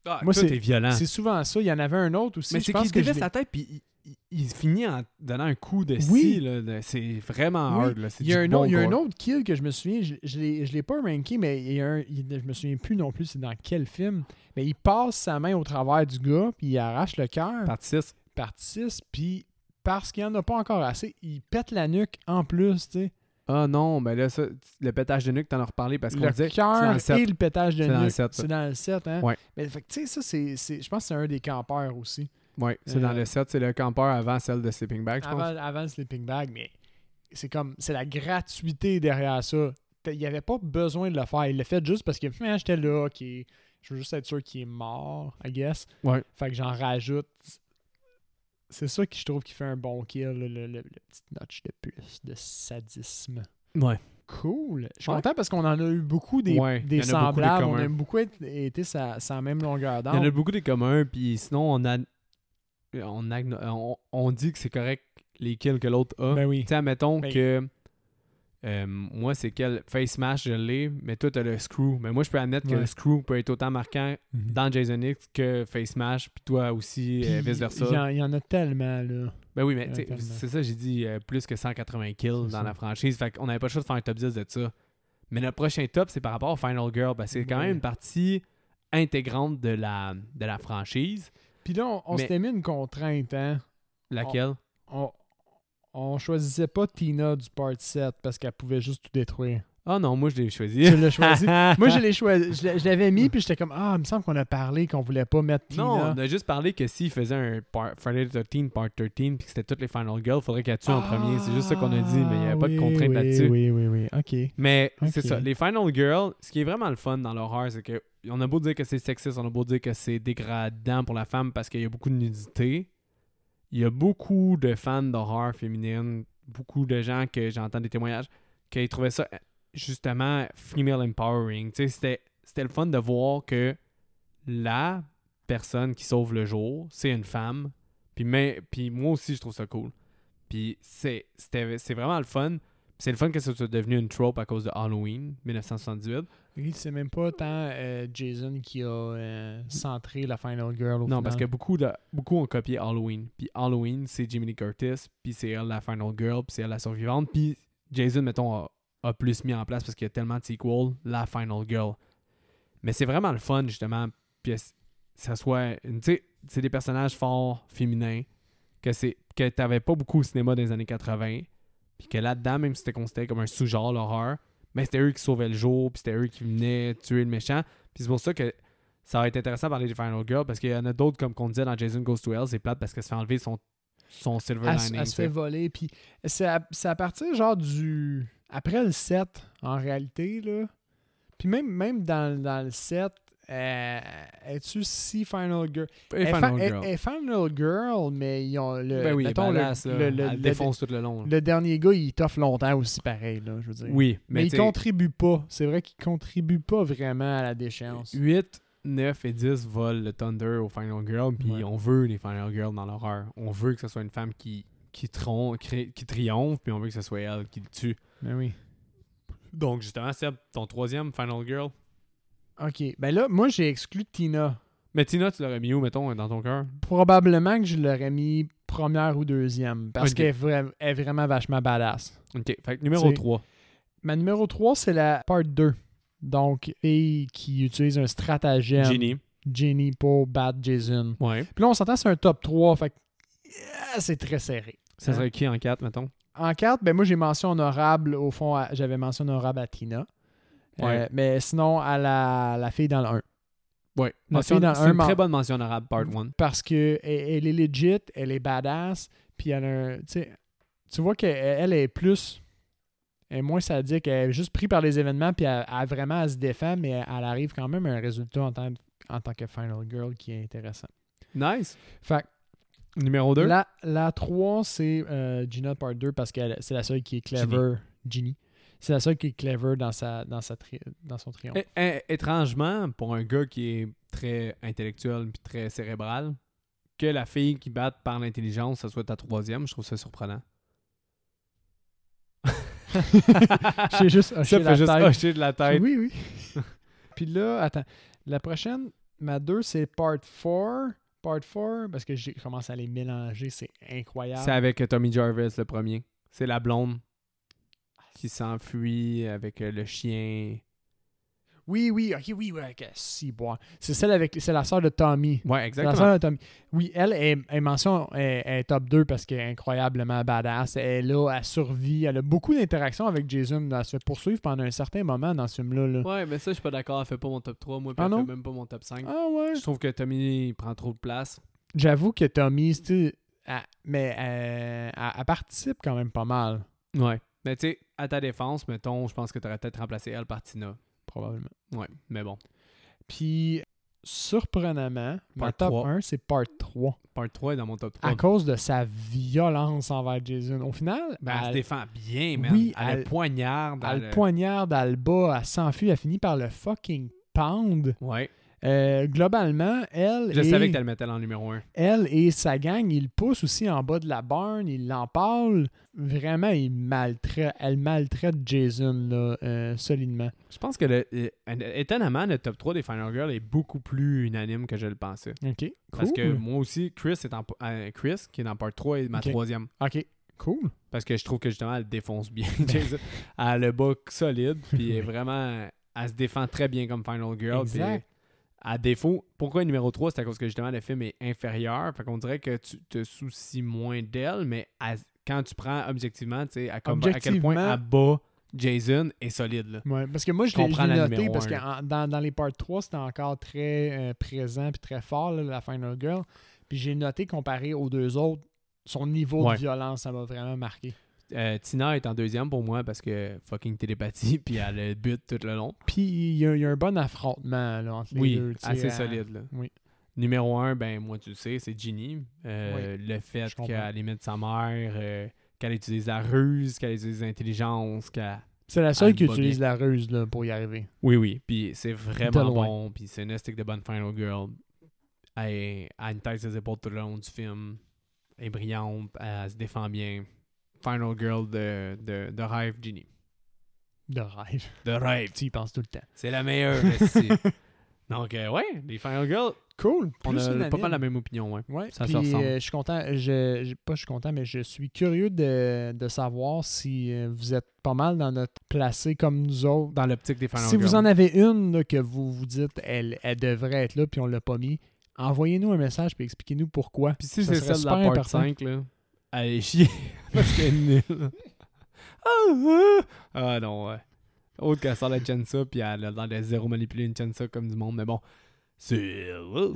Speaker 1: Ah,
Speaker 2: moi,
Speaker 1: tout
Speaker 2: c'est-
Speaker 1: est violent.
Speaker 2: C'est souvent ça. Il y en avait un autre aussi.
Speaker 1: Mais
Speaker 2: je
Speaker 1: c'est
Speaker 2: pense
Speaker 1: qu'il
Speaker 2: que je
Speaker 1: dévisse
Speaker 2: l'ai-
Speaker 1: la tête, puis il, il- il finit en donnant un coup de scie.
Speaker 2: Oui.
Speaker 1: là, de- C'est vraiment
Speaker 2: Oui.
Speaker 1: hard. là. C'est
Speaker 2: Il y a,
Speaker 1: du
Speaker 2: un,
Speaker 1: bon
Speaker 2: autre- il y a un
Speaker 1: gore.
Speaker 2: autre kill que je me souviens, je, je l'ai- je l'ai pas ranké, mais il y a un, il- je me souviens plus non plus c'est dans quel film. Mais il passe sa main au travers du gars, puis il arrache le cœur,
Speaker 1: Partie 6.
Speaker 2: partie 6, puis parce qu'il n'y en a pas encore assez, il pète la nuque en plus, tu sais.
Speaker 1: Ah non, ben là, ça, le pétage de nuque, t'en as reparlé parce qu'on
Speaker 2: Le
Speaker 1: disait. c'est dans
Speaker 2: cœur
Speaker 1: le sept.
Speaker 2: et le pétage de
Speaker 1: C'est dans le
Speaker 2: nuque.
Speaker 1: sept, ça.
Speaker 2: C'est dans le 7, hein?
Speaker 1: Ouais.
Speaker 2: Mais fait que, tu sais, ça, c'est, c'est- je pense que c'est un des campeurs aussi.
Speaker 1: Oui, c'est dans
Speaker 2: Euh,
Speaker 1: le 7, c'est le campeur avant celle de Sleeping Bag, je pense.
Speaker 2: Avant, avant le sleeping bag, mais c'est comme, c'est la gratuité derrière ça. T'as- Il n'y avait pas besoin de le faire. Il l'a fait juste parce que, man, j'étais là, ok, je veux juste être sûr qu'il est mort, I guess.
Speaker 1: Ouais.
Speaker 2: Fait que j'en rajoute. C'est ça qui, je trouve, qui fait un bon kill, le, le- le- le petit notch de plus de sadisme.
Speaker 1: Ouais.
Speaker 2: Cool. Je suis
Speaker 1: Ouais.
Speaker 2: content parce qu'on en a eu beaucoup des,
Speaker 1: Ouais,
Speaker 2: des
Speaker 1: il y en a beaucoup des
Speaker 2: semblables. on
Speaker 1: communs.
Speaker 2: a beaucoup été- été sa, sa même longueur
Speaker 1: Il y en
Speaker 2: d'onde.
Speaker 1: a beaucoup des communs, puis sinon, on a. On, agno- on, on dit que c'est correct les kills que l'autre a.
Speaker 2: Ben oui.
Speaker 1: Tu sais, admettons
Speaker 2: Ben-
Speaker 1: que. euh, moi, c'est quel face smash je l'ai, mais toi, t'as le screw. Mais moi, je peux admettre que
Speaker 2: Ouais.
Speaker 1: le screw peut être autant marquant
Speaker 2: Mhm.
Speaker 1: dans Jason X que face smash, puis toi aussi, euh,
Speaker 2: Puis,
Speaker 1: vice-versa.
Speaker 2: Il y en- il y, en a tellement, là.
Speaker 1: Ben oui, mais
Speaker 2: Ouais,
Speaker 1: tu sais,
Speaker 2: tellement.
Speaker 1: c'est ça, j'ai dit euh, plus que 180 kills dans
Speaker 2: C'est ça.
Speaker 1: la franchise. Fait qu'on n'avait pas le choix de faire un top 10 de ça. Mais le prochain top, c'est par rapport à Final Girl, parce que c'est quand
Speaker 2: Ouais.
Speaker 1: même une partie intégrante de la, de la franchise.
Speaker 2: Puis là, on, on
Speaker 1: Mais-
Speaker 2: s'était mis une contrainte, hein?
Speaker 1: Laquelle
Speaker 2: on, on choisissait pas Tina du part 7 parce qu'elle pouvait juste tout détruire.
Speaker 1: Ah non, moi je l'ai choisi.
Speaker 2: Tu l'as choisi. Moi, je l'ai choisi. Je l'ai- je l'avais mis, puis j'étais comme Ah, il me semble qu'on a parlé qu'on voulait pas mettre Tina.
Speaker 1: Non, on a juste parlé que s'il faisait un par- Friday the 13, Part 13, puis que c'était toutes les Final Girls, faudrait qu'elle tue en premier. C'est juste ça qu'on a dit, mais il n'y
Speaker 2: Ah,
Speaker 1: avait pas de
Speaker 2: oui,
Speaker 1: contrainte
Speaker 2: Ah, oui,
Speaker 1: là-dessus.
Speaker 2: Oui, oui, oui. OK.
Speaker 1: Mais c'est
Speaker 2: Ok.
Speaker 1: ça. Les Final Girls, ce qui est vraiment le fun dans l'horreur, c'est que on a beau dire que c'est sexiste, on a beau dire que c'est dégradant pour la femme parce qu'il y a beaucoup de nudité. Il y a beaucoup de fans d'horreur féminine, beaucoup de gens que j'entends des témoignages qui trouvaient ça euh, justement female empowering. Tu sais, c'était c'était le fun de voir que la personne qui sauve le jour, c'est une femme. Puis, mais, puis moi aussi, je trouve ça cool. Puis c'est c'était- c'est vraiment le fun. Puis C'est le fun que ça soit devenu une trope à cause de Halloween 1978.
Speaker 2: Oui, C'est même pas tant euh, Jason qui a euh, centré la Final Girl au
Speaker 1: Non, parce que
Speaker 2: final.
Speaker 1: beaucoup, de, beaucoup ont copié Halloween. Puis Halloween, c'est Jimmy Lee Curtis, puis c'est elle la Final Girl, puis c'est elle la survivante. Puis Jason, mettons, a, a plus mis en place parce qu'il y a tellement de sequels, la Final Girl. Mais c'est vraiment le fun, justement, que c- ça soit... une- Tu sais, c'est des personnages forts, féminins, que c'est que t'avais pas beaucoup au cinéma des années 80, puis que là-dedans, même si c'était considéré comme un sous-genre, l'horreur, mais c'était eux qui sauvaient le jour, puis c'était eux qui venaient tuer le méchant. Puis c'est pour ça que ça va être intéressant de parler des Final Girls, parce qu'il y en a d'autres, comme qu'on disait dans Jason Goes to Hell, c'est plate parce qu'elle se fait enlever son, son Silver
Speaker 2: elle, se-
Speaker 1: Lining.
Speaker 2: elle
Speaker 1: tu
Speaker 2: se
Speaker 1: sais.
Speaker 2: fait voler. Puis c'est à, c'est à partir genre du. Après le 7, en réalité, là. Puis même, même dans, dans le 7, Euh, Es-tu si Final Girl?
Speaker 1: Et
Speaker 2: Elle est
Speaker 1: Final
Speaker 2: Eh, fa- elle-
Speaker 1: Girl.
Speaker 2: elle est Final Girl, mais ils ont le.
Speaker 1: ben oui,
Speaker 2: mettons,
Speaker 1: mettons,
Speaker 2: le-
Speaker 1: le,
Speaker 2: le, le- le-
Speaker 1: défonce tout le long. là.
Speaker 2: le dernier gars, il toffe longtemps aussi, pareil, là, je veux dire.
Speaker 1: oui,
Speaker 2: mais
Speaker 1: mais,
Speaker 2: il contribue pas. C'est vrai qu'il contribue pas vraiment à la déchéance.
Speaker 1: 8, 9 et 10 volent le Thunder aux Final Girl, puis
Speaker 2: Ouais.
Speaker 1: on veut les Final Girls dans l'horreur. On veut que ce soit une femme qui, qui, tron- cré- qui triomphe, puis on veut que ce soit elle qui le tue.
Speaker 2: Mais oui.
Speaker 1: Donc justement, Seb, ton troisième Final Girl.
Speaker 2: Ok. Ben là, moi, j'ai exclu Tina.
Speaker 1: Mais Tina, tu l'aurais mis où, mettons, dans ton cœur?
Speaker 2: Probablement que je l'aurais mis première ou deuxième parce
Speaker 1: Ok.
Speaker 2: qu'elle est, vra- elle est vraiment vachement badass.
Speaker 1: Ok, fait que numéro
Speaker 2: C'est-
Speaker 1: 3.
Speaker 2: Ma numéro 3, c'est la part 2. Donc, et qui utilise un stratagème.
Speaker 1: Ginny.
Speaker 2: Ginny pour battre Jason.
Speaker 1: Ouais.
Speaker 2: Puis là, on s'entend, c'est un top 3. Fait que yeah, c'est très serré.
Speaker 1: Ça serait qui en 4, mettons?
Speaker 2: En 4, ben moi, j'ai mention honorable. Au fond, à- j'avais mention honorable à Tina. Euh,
Speaker 1: Ouais.
Speaker 2: mais sinon, à la, la fille dans le 1.
Speaker 1: Ouais.
Speaker 2: La
Speaker 1: Mention-
Speaker 2: fille dans
Speaker 1: C'est
Speaker 2: un Mm.
Speaker 1: une
Speaker 2: man-
Speaker 1: très bonne mention honorable, part 1.
Speaker 2: Parce que e-, elle, elle est legit, elle est badass. Puis elle a un. Tu sais, tu vois qu'elle elle est plus. Elle est moins sadique. Elle est juste prise par les événements. Puis elle, elle vraiment, elle se défend. Mais elle, elle arrive quand même à un résultat en tant, en tant que Final Girl qui est intéressant.
Speaker 1: Nice.
Speaker 2: Fait que
Speaker 1: Numéro 2.
Speaker 2: La, la 3, c'est euh, Gina Part 2 parce que c'est la seule qui est clever. Ginny. C'est la seule qui est clever dans, sa, dans, sa tri- dans son triomphe.
Speaker 1: É- é- étrangement, pour un gars qui est très intellectuel puis très cérébral, que la fille qui batte par l'intelligence, ça soit ta troisième, je trouve ça surprenant.
Speaker 2: J'ai juste
Speaker 1: ça
Speaker 2: hoché
Speaker 1: fait
Speaker 2: la
Speaker 1: juste
Speaker 2: tête.
Speaker 1: hocher de la tête.
Speaker 2: Oui, oui. Puis là, attends. La prochaine, ma 2, c'est Part 4. Part 4, parce que j'ai commencé à les mélanger, c'est incroyable.
Speaker 1: C'est avec euh, Tommy Jarvis, le premier. C'est la blonde qui s'enfuit avec euh, le chien.
Speaker 2: Oui, oui, ok, oui, oui, ok. Si, bon. C'est celle avec. C'est la sœur de Tommy.
Speaker 1: Ouais,
Speaker 2: C'est La
Speaker 1: exactement.
Speaker 2: sœur de Tommy. Oui, elle est, elle est mention elle- elle est top 2 parce qu'elle est incroyablement badass. Elle est là, elle survit. Elle a beaucoup d'interactions avec Jason. Elle se fait poursuivre pendant un certain moment dans ce film-là. là.
Speaker 1: Ouais, mais ça, je suis pas d'accord. Elle fait pas mon top 3, moi, puis
Speaker 2: Ah
Speaker 1: elle
Speaker 2: non?
Speaker 1: fait même pas mon top 5.
Speaker 2: Ah ouais.
Speaker 1: Je trouve que Tommy il prend trop de place.
Speaker 2: J'avoue que Tommy, c'est- tu sais, elle- mais euh, elle, elle- elle participe quand même pas mal,
Speaker 1: Ouais. Mais tu sais, à ta défense, mettons, je pense que t'aurais peut-être remplacé elle par Tina.
Speaker 2: probablement.
Speaker 1: Ouais, mais bon.
Speaker 2: Puis, surprenamment,
Speaker 1: Part
Speaker 2: ma top
Speaker 1: trois.
Speaker 2: 1, c'est part 3.
Speaker 1: Part 3 est dans mon top 3.
Speaker 2: À cause de sa violence envers Jason. Au final,
Speaker 1: Ben, elle, se
Speaker 2: elle,
Speaker 1: défend bien, man.
Speaker 2: Oui,
Speaker 1: elle, le
Speaker 2: elle-
Speaker 1: poignarde. euh,
Speaker 2: elle le
Speaker 1: le-
Speaker 2: poignarde, elle le bat, elle s'enfuit, elle finit par le fucking pound.
Speaker 1: Ouais.
Speaker 2: Euh, globalement, elle
Speaker 1: Je
Speaker 2: et,
Speaker 1: savais que t'allais mettre elle en numéro 1.
Speaker 2: elle et sa gang, ils le poussent aussi en bas de la barne, ils l'en parlent. Vraiment, ils maltraitent, elle maltraite Jason là, euh, solidement.
Speaker 1: Je pense que, le, euh, étonnamment, le top 3 des Final Girls est beaucoup plus unanime que je le pensais.
Speaker 2: OK, cool.
Speaker 1: Parce que moi aussi, Chris, est en, euh, Chris qui est dans Part 3, est ma
Speaker 2: Ok.
Speaker 1: troisième.
Speaker 2: OK, cool.
Speaker 1: Parce que je trouve que justement, elle défonce bien.
Speaker 2: Ben.
Speaker 1: Jason. elle a le bas solide, puis elle est vraiment. Elle se défend très bien comme Final Girl. puis
Speaker 2: Exact.
Speaker 1: À défaut, pourquoi numéro 3 C'est à cause que justement le film est inférieur. Fait qu'on dirait que tu te soucies moins d'elle, mais à- quand tu prends objectivement, tu sais, à, com- à quel point
Speaker 2: Objectivement-
Speaker 1: à bas Jason est solide. Là.
Speaker 2: Ouais, parce que moi, je
Speaker 1: Je
Speaker 2: l'ai je
Speaker 1: comprends
Speaker 2: l'ai
Speaker 1: la
Speaker 2: noté
Speaker 1: numéro
Speaker 2: parce que
Speaker 1: un.
Speaker 2: en- dans, dans les parts 3, c'était encore très euh, présent puis très fort, là, la Final Girl. Puis j'ai noté, comparé aux deux autres, son niveau
Speaker 1: Ouais.
Speaker 2: de violence, ça m'a vraiment marqué.
Speaker 1: Euh, Tina est en deuxième pour moi parce que fucking télépathie, puis elle le but tout le long.
Speaker 2: Puis il y, a- il y a un bon affrontement là, entre les
Speaker 1: Oui,
Speaker 2: deux. tu sais,
Speaker 1: assez
Speaker 2: à-
Speaker 1: solide. Là.
Speaker 2: oui.
Speaker 1: Numéro un, ben moi tu le sais, c'est Ginny. Euh, Le fait
Speaker 2: je comprends.
Speaker 1: qu'elle imite sa mère, euh, qu'elle utilise la ruse, qu'elle utilise l'intelligence, qu'elle...
Speaker 2: C'est la seule
Speaker 1: Elle
Speaker 2: qui
Speaker 1: bat
Speaker 2: utilise la ruse là, pour y arriver.
Speaker 1: Oui, oui, puis c'est
Speaker 2: De
Speaker 1: vraiment
Speaker 2: loin.
Speaker 1: bon, puis c'est une stick de bonne final girl. Elle est- elle a une tête ses épaules tout le long du film, elle est brillante, elle se défend bien. Final girl de, de, de rêve, Ginny.
Speaker 2: De rêve.
Speaker 1: De rêve,
Speaker 2: Tu y penses tout le temps.
Speaker 1: c'est la meilleure, esti. Donc, euh, ouais, les final girls,
Speaker 2: Cool.
Speaker 1: on a pas mal la même opinion, ouais.
Speaker 2: Ouais,
Speaker 1: Ça se
Speaker 2: puis,
Speaker 1: ressemble.
Speaker 2: euh, je suis content, je, je- pas je suis content, mais je suis curieux de, de savoir si euh, vous êtes pas mal dans notre placé comme nous autres.
Speaker 1: Dans l'optique des final
Speaker 2: si
Speaker 1: girls.
Speaker 2: vous en avez une là, que vous vous dites elle, elle devrait être là puis on l'a pas mis, envoyez-nous un message puis expliquez-nous pourquoi.
Speaker 1: Puis si
Speaker 2: Ça
Speaker 1: c'est
Speaker 2: serait
Speaker 1: celle de
Speaker 2: super
Speaker 1: la part
Speaker 2: important.
Speaker 1: 5, là, allez chier parce qu'elle est nulle. ah, ah. Ah, non, ouais. Autre qu'elle sort la Chensa, puis elle a l'air de zéro manipuler une Chensa comme du monde, mais bon. C'est. euh.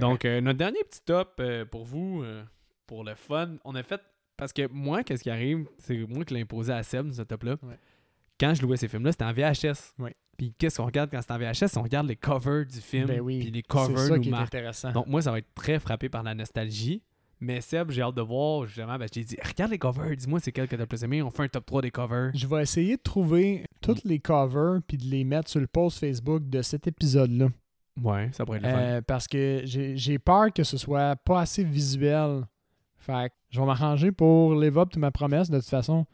Speaker 1: Donc, euh, notre dernier petit top euh, pour vous, euh, pour le fun, on a fait. Parce que moi, qu'est-ce qui arrive, c'est moi qui l'ai imposé à Seb, ce top-là.
Speaker 2: Ouais.
Speaker 1: Quand je louais ces films-là, c'était en VHS.
Speaker 2: Ouais.
Speaker 1: Puis qu'est-ce qu'on regarde quand c'est en VHS? On regarde les covers du film.
Speaker 2: Ben oui,
Speaker 1: Puis les
Speaker 2: c'est
Speaker 1: covers
Speaker 2: ça
Speaker 1: nous
Speaker 2: qui est
Speaker 1: marquent.
Speaker 2: intéressant.
Speaker 1: Donc moi, ça va être très frappé par la nostalgie. Mais Seb, j'ai hâte de voir, justement, ben, je t'ai dit, regarde les covers, dis-moi c'est quel que t'as plus aimé, on fait un top 3 des covers.
Speaker 2: Je vais essayer de trouver toutes
Speaker 1: Mm.
Speaker 2: les covers puis de les mettre sur le post Facebook de cet épisode-là.
Speaker 1: Ouais, ça pourrait être le fun.
Speaker 2: Euh, parce que j'ai j'ai peur que ce soit pas assez visuel. Fait que je vais m'arranger pour live up de ma promesse. De toute façon,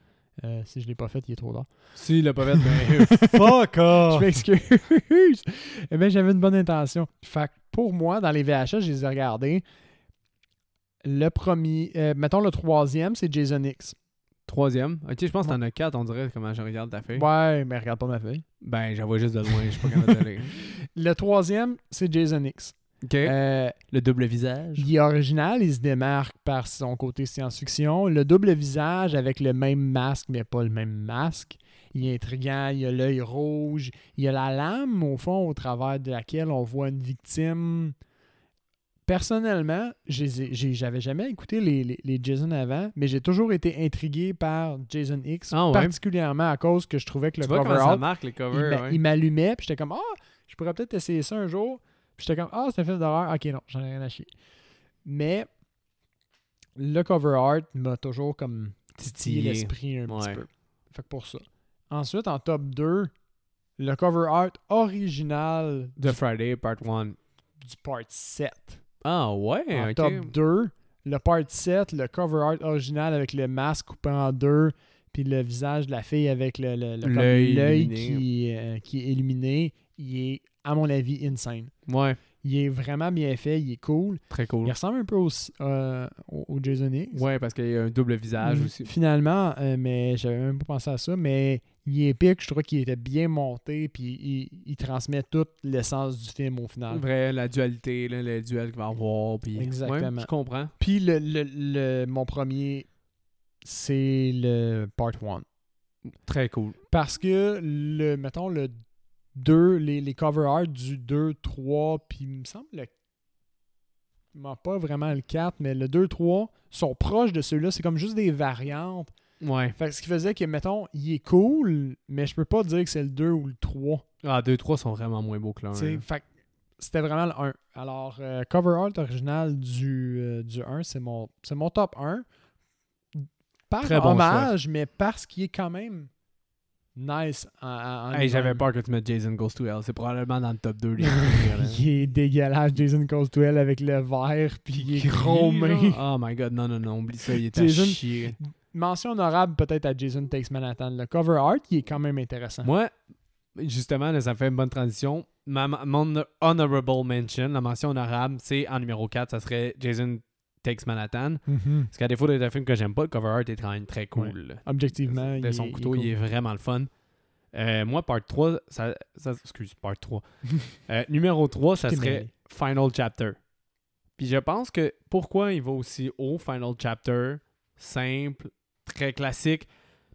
Speaker 2: euh, si je l'ai pas fait, il est trop tard.
Speaker 1: Si, le poète, ben, fuck off!
Speaker 2: Je m'excuse. Eh bien, j'avais une bonne intention. Fait que pour moi, dans les VHS, je les ai regardés. Le premier, euh, mettons le troisième, c'est Jason X.
Speaker 1: Troisième. Ok, je pense que t'en as quatre, on dirait comment je regarde ta fille.
Speaker 2: Ouais, mais regarde pas ma feuille.
Speaker 1: Ben, j'en vois juste de loin, je suis pas capable de lire.
Speaker 2: Le troisième, c'est Jason X.
Speaker 1: Ok.
Speaker 2: Euh,
Speaker 1: le double visage.
Speaker 2: Il est original, il se démarque par son côté science-fiction. Le double visage avec le même masque, mais pas le même masque. Il est intriguant, il a l'œil rouge, il a la lame au fond au travers de laquelle on voit une victime. Personnellement, je les ai- j'ai- j'avais jamais écouté les, les- les Jason avant, mais j'ai toujours été intrigué par Jason X,
Speaker 1: Ah ouais?
Speaker 2: particulièrement à cause que je trouvais que le
Speaker 1: tu vois
Speaker 2: cover
Speaker 1: comment ça
Speaker 2: art
Speaker 1: marque, les
Speaker 2: il
Speaker 1: covers,
Speaker 2: m'a-
Speaker 1: Ah ouais.
Speaker 2: il m'allumait, puis j'étais comme, ah, je pourrais peut-être essayer ça un jour. Puis j'étais comme, ah, c'est un film d'horreur. Ok, non, j'en ai rien à chier. Mais le cover art m'a toujours comme
Speaker 1: Titillé.
Speaker 2: titillé l'esprit un petit
Speaker 1: Ouais.
Speaker 2: peu. Fait que pour ça. Ensuite, en top 2, le cover art original
Speaker 1: The Friday Part 1.
Speaker 2: du part 7.
Speaker 1: Ah ouais,
Speaker 2: en
Speaker 1: ok.
Speaker 2: top 2, le part 7, le cover art original avec le masque coupé en deux, puis le visage de la fille avec le- le- le- comme
Speaker 1: L'œil
Speaker 2: l'œil
Speaker 1: illuminé.
Speaker 2: qui, euh, qui est illuminé, il est, à mon avis, insane.
Speaker 1: Ouais,
Speaker 2: Il est vraiment bien fait, il est cool.
Speaker 1: très
Speaker 2: Il
Speaker 1: cool.
Speaker 2: ressemble un peu au, euh, au- au Jason X.
Speaker 1: Ouais, parce qu'il y a un double visage
Speaker 2: Mm,
Speaker 1: aussi.
Speaker 2: Finalement, euh, mais j'avais même pas pensé à ça, mais il est épique, je trouve qu'il était bien monté, puis il, il transmet toute l'essence du film au final.
Speaker 1: Vrai, la dualité, là, le duel qu'il va y avoir. Puis...
Speaker 2: Exactement.
Speaker 1: Ouais, je comprends.
Speaker 2: Puis le, le- le- mon premier, c'est le part 1.
Speaker 1: Très cool.
Speaker 2: Parce que, le mettons, le 2, les, les cover art du 2, 3, puis il me semble le- non, pas vraiment le 4, mais le 2, 3 sont proches de celui-là. C'est comme juste des variantes.
Speaker 1: Ouais.
Speaker 2: Fait que ce qui faisait que, mettons, il est cool, mais je peux pas dire que c'est le 2 ou le 3.
Speaker 1: Ah, 2 3 sont vraiment moins beaux que l'un.
Speaker 2: tu sais.
Speaker 1: là.
Speaker 2: Fait que c'était vraiment le 1. Alors, euh, cover art original du, euh, du 1, c'est mon, c'est mon top 1. Par
Speaker 1: Très bon
Speaker 2: hommage, mais parce qu'il est quand même nice en, en- en
Speaker 1: Hey, j'avais
Speaker 2: lui-même.
Speaker 1: peur que tu mettes Jason Goes to Hell. C'est probablement dans le top 2 des
Speaker 2: Il est dégueulasse, Jason Costwell, avec le verre, puis il est gros main.
Speaker 1: Oh my god, non, non, non, oublie ça, il est à
Speaker 2: Jason-
Speaker 1: chier.
Speaker 2: Mention honorable peut-être à Jason Takes Manhattan. Le cover art, il est quand même intéressant.
Speaker 1: Moi, justement, là, ça fait une bonne transition. Ma, ma- mon honorable mention, la mention honorable, c'est en numéro 4, ça serait Jason Takes Manhattan.
Speaker 2: Mhm.
Speaker 1: Parce qu'à défaut d'être un film que j'aime pas, le cover art est quand même très cool. là.
Speaker 2: Objectivement,
Speaker 1: de
Speaker 2: il
Speaker 1: son
Speaker 2: est-
Speaker 1: couteau,
Speaker 2: il
Speaker 1: il
Speaker 2: est
Speaker 1: est vraiment le fun. Euh, moi, part 3, ça, ça- excuse, part 3. Euh, numéro 3, ça
Speaker 2: t'es
Speaker 1: serait
Speaker 2: mêlé.
Speaker 1: Final Chapter. Puis je pense que pourquoi il va aussi haut, Final Chapter, simple, très classique,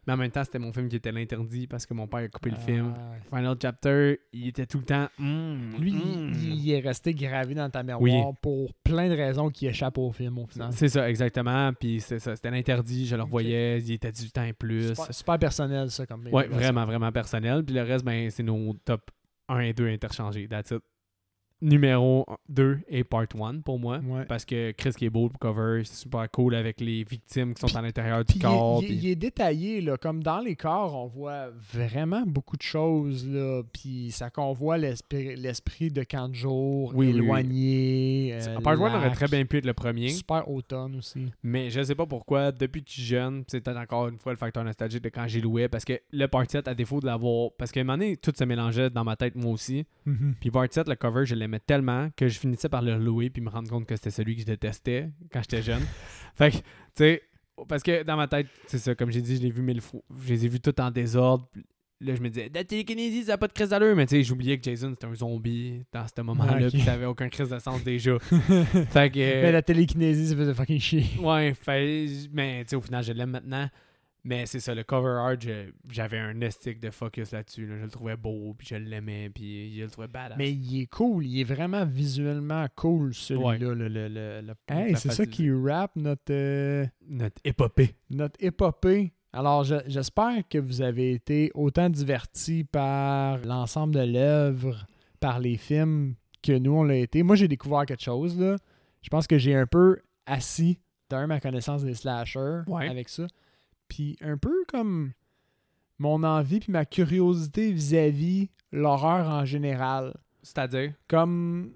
Speaker 1: mais en même temps, c'était mon film qui était l'interdit parce que mon père a coupé le
Speaker 2: Ah,
Speaker 1: film. Final Chapter, il était tout le temps. Mm,
Speaker 2: Lui,
Speaker 1: mm.
Speaker 2: il, il est resté gravé dans ta mémoire
Speaker 1: Oui.
Speaker 2: pour plein de raisons qui échappent au film au final.
Speaker 1: C'est ça, exactement. Puis c'est ça, c'était l'interdit, je le revoyais, il était du temps plus.
Speaker 2: Super, super personnel, ça, comme
Speaker 1: Ouais, vraiment, vraiment personnel. Puis le reste, ben, c'est nos top 1 et 2 interchangés. That's it. Numéro 2 est part 1 pour moi.
Speaker 2: Ouais.
Speaker 1: Parce que Chris qui est beau, le cover, c'est super cool avec les victimes qui sont
Speaker 2: Puis-
Speaker 1: à l'intérieur du
Speaker 2: Puis il est-
Speaker 1: corps.
Speaker 2: il, est,
Speaker 1: puis-
Speaker 2: il est détaillé, là, comme dans les corps, on voit vraiment beaucoup de choses. Là, puis ça convoit l'esprit l'esprit de Kanjo,
Speaker 1: Oui, oui, oui.
Speaker 2: éloigné. euh,
Speaker 1: part 1 aurait
Speaker 2: lac,
Speaker 1: très bien pu être le premier,
Speaker 2: Super automne aussi.
Speaker 1: mais je sais pas pourquoi, depuis que je suis jeune, c'est peut-être encore une fois le facteur nostalgique de quand j'ai loué, parce que le Part 7, à défaut de l'avoir, parce qu'à un moment donné, tout se mélangeait dans ma tête, moi aussi, Puis Part 7, le cover, je l'aimais tellement que je finissais par le louer puis me rendre compte que c'était celui que je détestais quand j'étais jeune. fait que, tu sais, parce que dans ma tête, c'est ça, comme j'ai dit, je l'ai vu mille fois. Je les ai vus tout en désordre. Puis Là, je me disais, la télékinésie, ça n'a pas de crise d'allure. Mais tu sais, j'oubliais que Jason, c'était un zombie dans ce moment-là.
Speaker 2: Ah, Ok.
Speaker 1: Puis ça n'avait aucun crise de sens déjà. fait que.
Speaker 2: Mais la télékinésie, ça faisait fucking chier.
Speaker 1: Ouais, fait, mais tu sais, au final, je l'aime maintenant. Mais c'est ça, le cover art, je- j'avais un esthétique de focus là-dessus. là. Je le trouvais beau, puis je l'aimais, puis je le trouvais badass.
Speaker 2: Mais il est cool, il est vraiment visuellement cool celui-là.
Speaker 1: Ouais.
Speaker 2: le- le- le- le-
Speaker 1: Hey,
Speaker 2: la
Speaker 1: c'est
Speaker 2: face
Speaker 1: ça
Speaker 2: du-
Speaker 1: qui
Speaker 2: rappe notre, euh,
Speaker 1: Notre épopée.
Speaker 2: notre épopée Alors, je- j'espère que vous avez été autant divertis par l'ensemble de l'œuvre, par les films que nous, on l'a été. Moi, j'ai découvert quelque chose, là. Je pense que j'ai un peu assis, d'un, ma connaissance des slashers
Speaker 1: Ouais.
Speaker 2: avec ça. Puis un peu comme mon envie puis ma curiosité vis-à-vis l'horreur en général
Speaker 1: C'est-à-dire?
Speaker 2: comme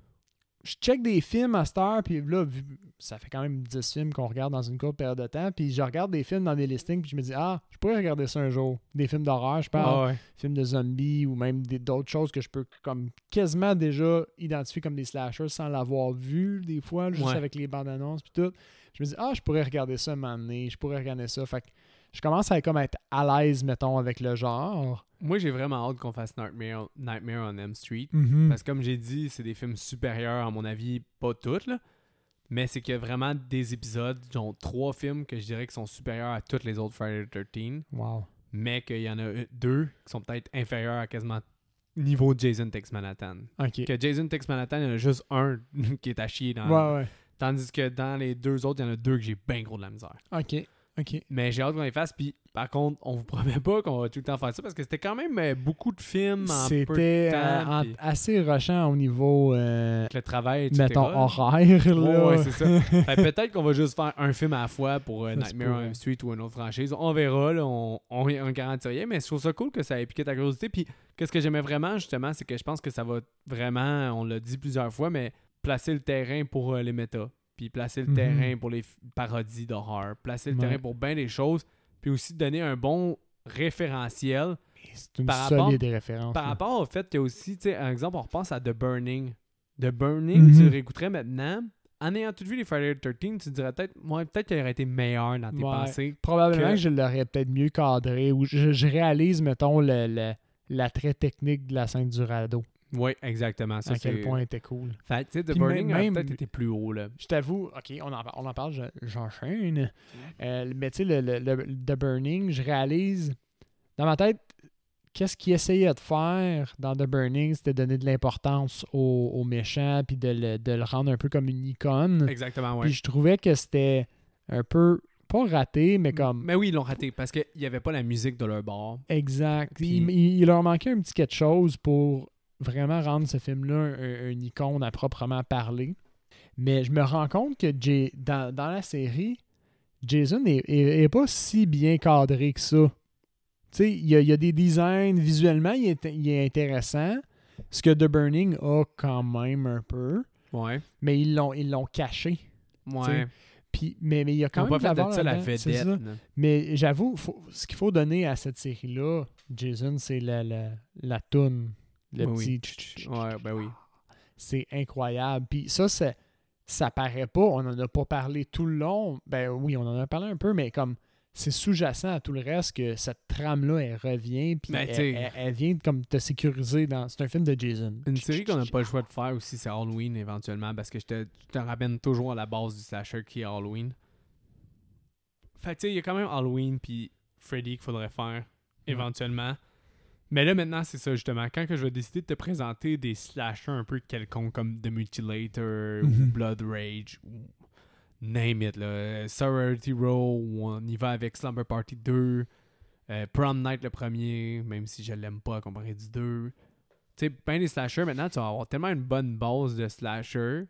Speaker 2: je check des films à cette heure, puis là, vu- ça fait quand même 10 films qu'on regarde dans une courte période de temps, puis je regarde des films dans des listings, puis je me dis, ah, je pourrais regarder ça un jour. Des films d'horreur, je parle,
Speaker 1: Ah ouais.
Speaker 2: films de zombies ou même des- d'autres choses que je peux comme quasiment déjà identifier comme des slashers sans l'avoir vu des fois, juste
Speaker 1: Ouais.
Speaker 2: avec les bandes annonces, puis tout. Je me dis, ah, je pourrais regarder ça un moment donné, je pourrais regarder ça. Fait que je commence à comme être à l'aise, mettons, avec le genre.
Speaker 1: Moi, j'ai vraiment hâte qu'on fasse Nightmare, Nightmare on M Street.
Speaker 2: Hmm.
Speaker 1: Parce que comme j'ai dit, c'est des films supérieurs, à mon avis, pas toutes, là. Mais c'est qu'il y a vraiment des épisodes, genre trois films que je dirais qui sont supérieurs à toutes les autres Friday the 13
Speaker 2: Wow.
Speaker 1: mais qu'il y en a eu- deux qui sont peut-être inférieurs à quasiment niveau de Jason Takes Manhattan.
Speaker 2: OK.
Speaker 1: Que Jason Takes Manhattan, il y en a juste un qui est à chier dans...
Speaker 2: Ouais, ouais.
Speaker 1: Tandis que dans les deux autres, il y en a deux que j'ai bien gros de la misère.
Speaker 2: OK. OK.
Speaker 1: Mais j'ai hâte qu'on les fasse, puis par contre, on vous promet pas qu'on va tout le temps faire ça, parce que c'était quand même euh, beaucoup de films en peu de
Speaker 2: C'était euh,
Speaker 1: temps,
Speaker 2: en-
Speaker 1: puis
Speaker 2: assez rushant au niveau, euh,
Speaker 1: avec le travail, etc.
Speaker 2: mettons, horaire. Là.
Speaker 1: Ouais, ouais, c'est ça. Fait que peut-être qu'on va juste faire un film à la fois pour euh,
Speaker 2: Ça se
Speaker 1: Nightmare on
Speaker 2: pourrait.
Speaker 1: Elm Street ou une autre franchise. On verra, là, on, on, on garantit rien, mais je trouve ça cool que ça ait piqué ta curiosité. Puis, qu'est-ce que j'aimais vraiment, justement, c'est que je pense que ça va vraiment, on l'a dit plusieurs fois, mais placer le terrain pour euh, les méta, puis placer le
Speaker 2: Mhm.
Speaker 1: terrain pour les f- parodies d'horreur, placer le
Speaker 2: Ouais.
Speaker 1: terrain pour bien des choses, puis aussi donner un bon référentiel
Speaker 2: C'est une
Speaker 1: Par rapport-
Speaker 2: solide référence.
Speaker 1: par
Speaker 2: là.
Speaker 1: rapport au fait qu'il y a aussi, tu sais, un exemple, on repense à The Burning. The Burning, tu
Speaker 2: Mhm.
Speaker 1: le réécouterais maintenant. En ayant tout vu les Friday the 13, tu te dirais peut-être, ouais, peut-être qu'il aurait été meilleur dans tes
Speaker 2: Ouais.
Speaker 1: pensées.
Speaker 2: Probablement
Speaker 1: que-
Speaker 2: que, je l'aurais peut-être mieux cadré ou je, je réalise, mettons, le, le- l'attrait technique de la scène du radeau.
Speaker 1: Oui, exactement. Ça,
Speaker 2: à quel
Speaker 1: c'est-
Speaker 2: point elle était cool.
Speaker 1: Fait que, tu sais, The
Speaker 2: Puis
Speaker 1: Burning
Speaker 2: même-
Speaker 1: aurait
Speaker 2: même-
Speaker 1: peut-être été plus haut, là.
Speaker 2: Je t'avoue, OK, on en, par- on en parle, je- j'enchaîne. Euh, mais tu sais, le, le- le- The Burning, je réalise dans ma tête, qu'est-ce qu'il essayait de faire dans The Burning, c'était donner de l'importance aux au méchants, puis de le, de le rendre un peu comme une icône.
Speaker 1: Exactement, ouais.
Speaker 2: Puis je trouvais que c'était un peu, pas raté, mais comme...
Speaker 1: Mm. Mais oui, ils l'ont raté parce qu'il n'y avait pas la musique de leur bord.
Speaker 2: Exact.
Speaker 1: Puis-
Speaker 2: Il, il- il leur manquait un petit quelque chose pour vraiment rendre ce film-là un- un- une icône à proprement parler. Mais je me rends compte que Jay- dans, dans la série, Jason est, est- est pas si bien cadré que ça. Tu sais, il y a, il y a des designs, visuellement, il est, il est intéressant. Ce que The Burning a quand même un peu,
Speaker 1: Ouais.
Speaker 2: mais ils l'ont ils l'ont caché.
Speaker 1: Ouais.
Speaker 2: T'sais, Puis, mais, mais il y a
Speaker 1: Ils
Speaker 2: quand
Speaker 1: n'ont
Speaker 2: même
Speaker 1: pas fait
Speaker 2: de la
Speaker 1: de
Speaker 2: valeur
Speaker 1: ça la
Speaker 2: là-dedans, c'est
Speaker 1: vedette.
Speaker 2: ça.
Speaker 1: là.
Speaker 2: Mais j'avoue, faut- ce qu'il faut donner à cette série-là, Jason, c'est la, la, la toune. Le
Speaker 1: Oui,
Speaker 2: petit
Speaker 1: oui.
Speaker 2: tch, tch, tch,
Speaker 1: Ouais,
Speaker 2: tch.
Speaker 1: ben oui.
Speaker 2: C'est incroyable. Puis ça, ça, ça paraît pas. On en a pas parlé tout le long. Ben oui, on en a parlé un peu, mais comme c'est sous-jacent à tout le reste que cette trame-là, elle revient. Puis
Speaker 1: Ben,
Speaker 2: elle,
Speaker 1: t'sais-
Speaker 2: elle- elle vient de comme te sécuriser dans. C'est un film de Jason.
Speaker 1: Une série qu'on n'a pas le choix de faire aussi, c'est Halloween éventuellement, parce que je te, je te ramène toujours à la base du slasher qui est Halloween. Fait que tu sais, il y a quand même Halloween puis Freddy qu'il faudrait faire éventuellement. Mais là maintenant, c'est ça justement. Quand que je vais décider de te présenter des slashers un peu quelconques comme The Mutilator ou
Speaker 2: Mhm.
Speaker 1: Blood Rage ou name it, là. Euh, Sorority Row, où on y va avec Slumber Party 2, euh, Prom Night le premier, même si je l'aime pas comparé du 2. Tu sais, ben des slashers, maintenant, tu vas avoir tellement une bonne base de slasher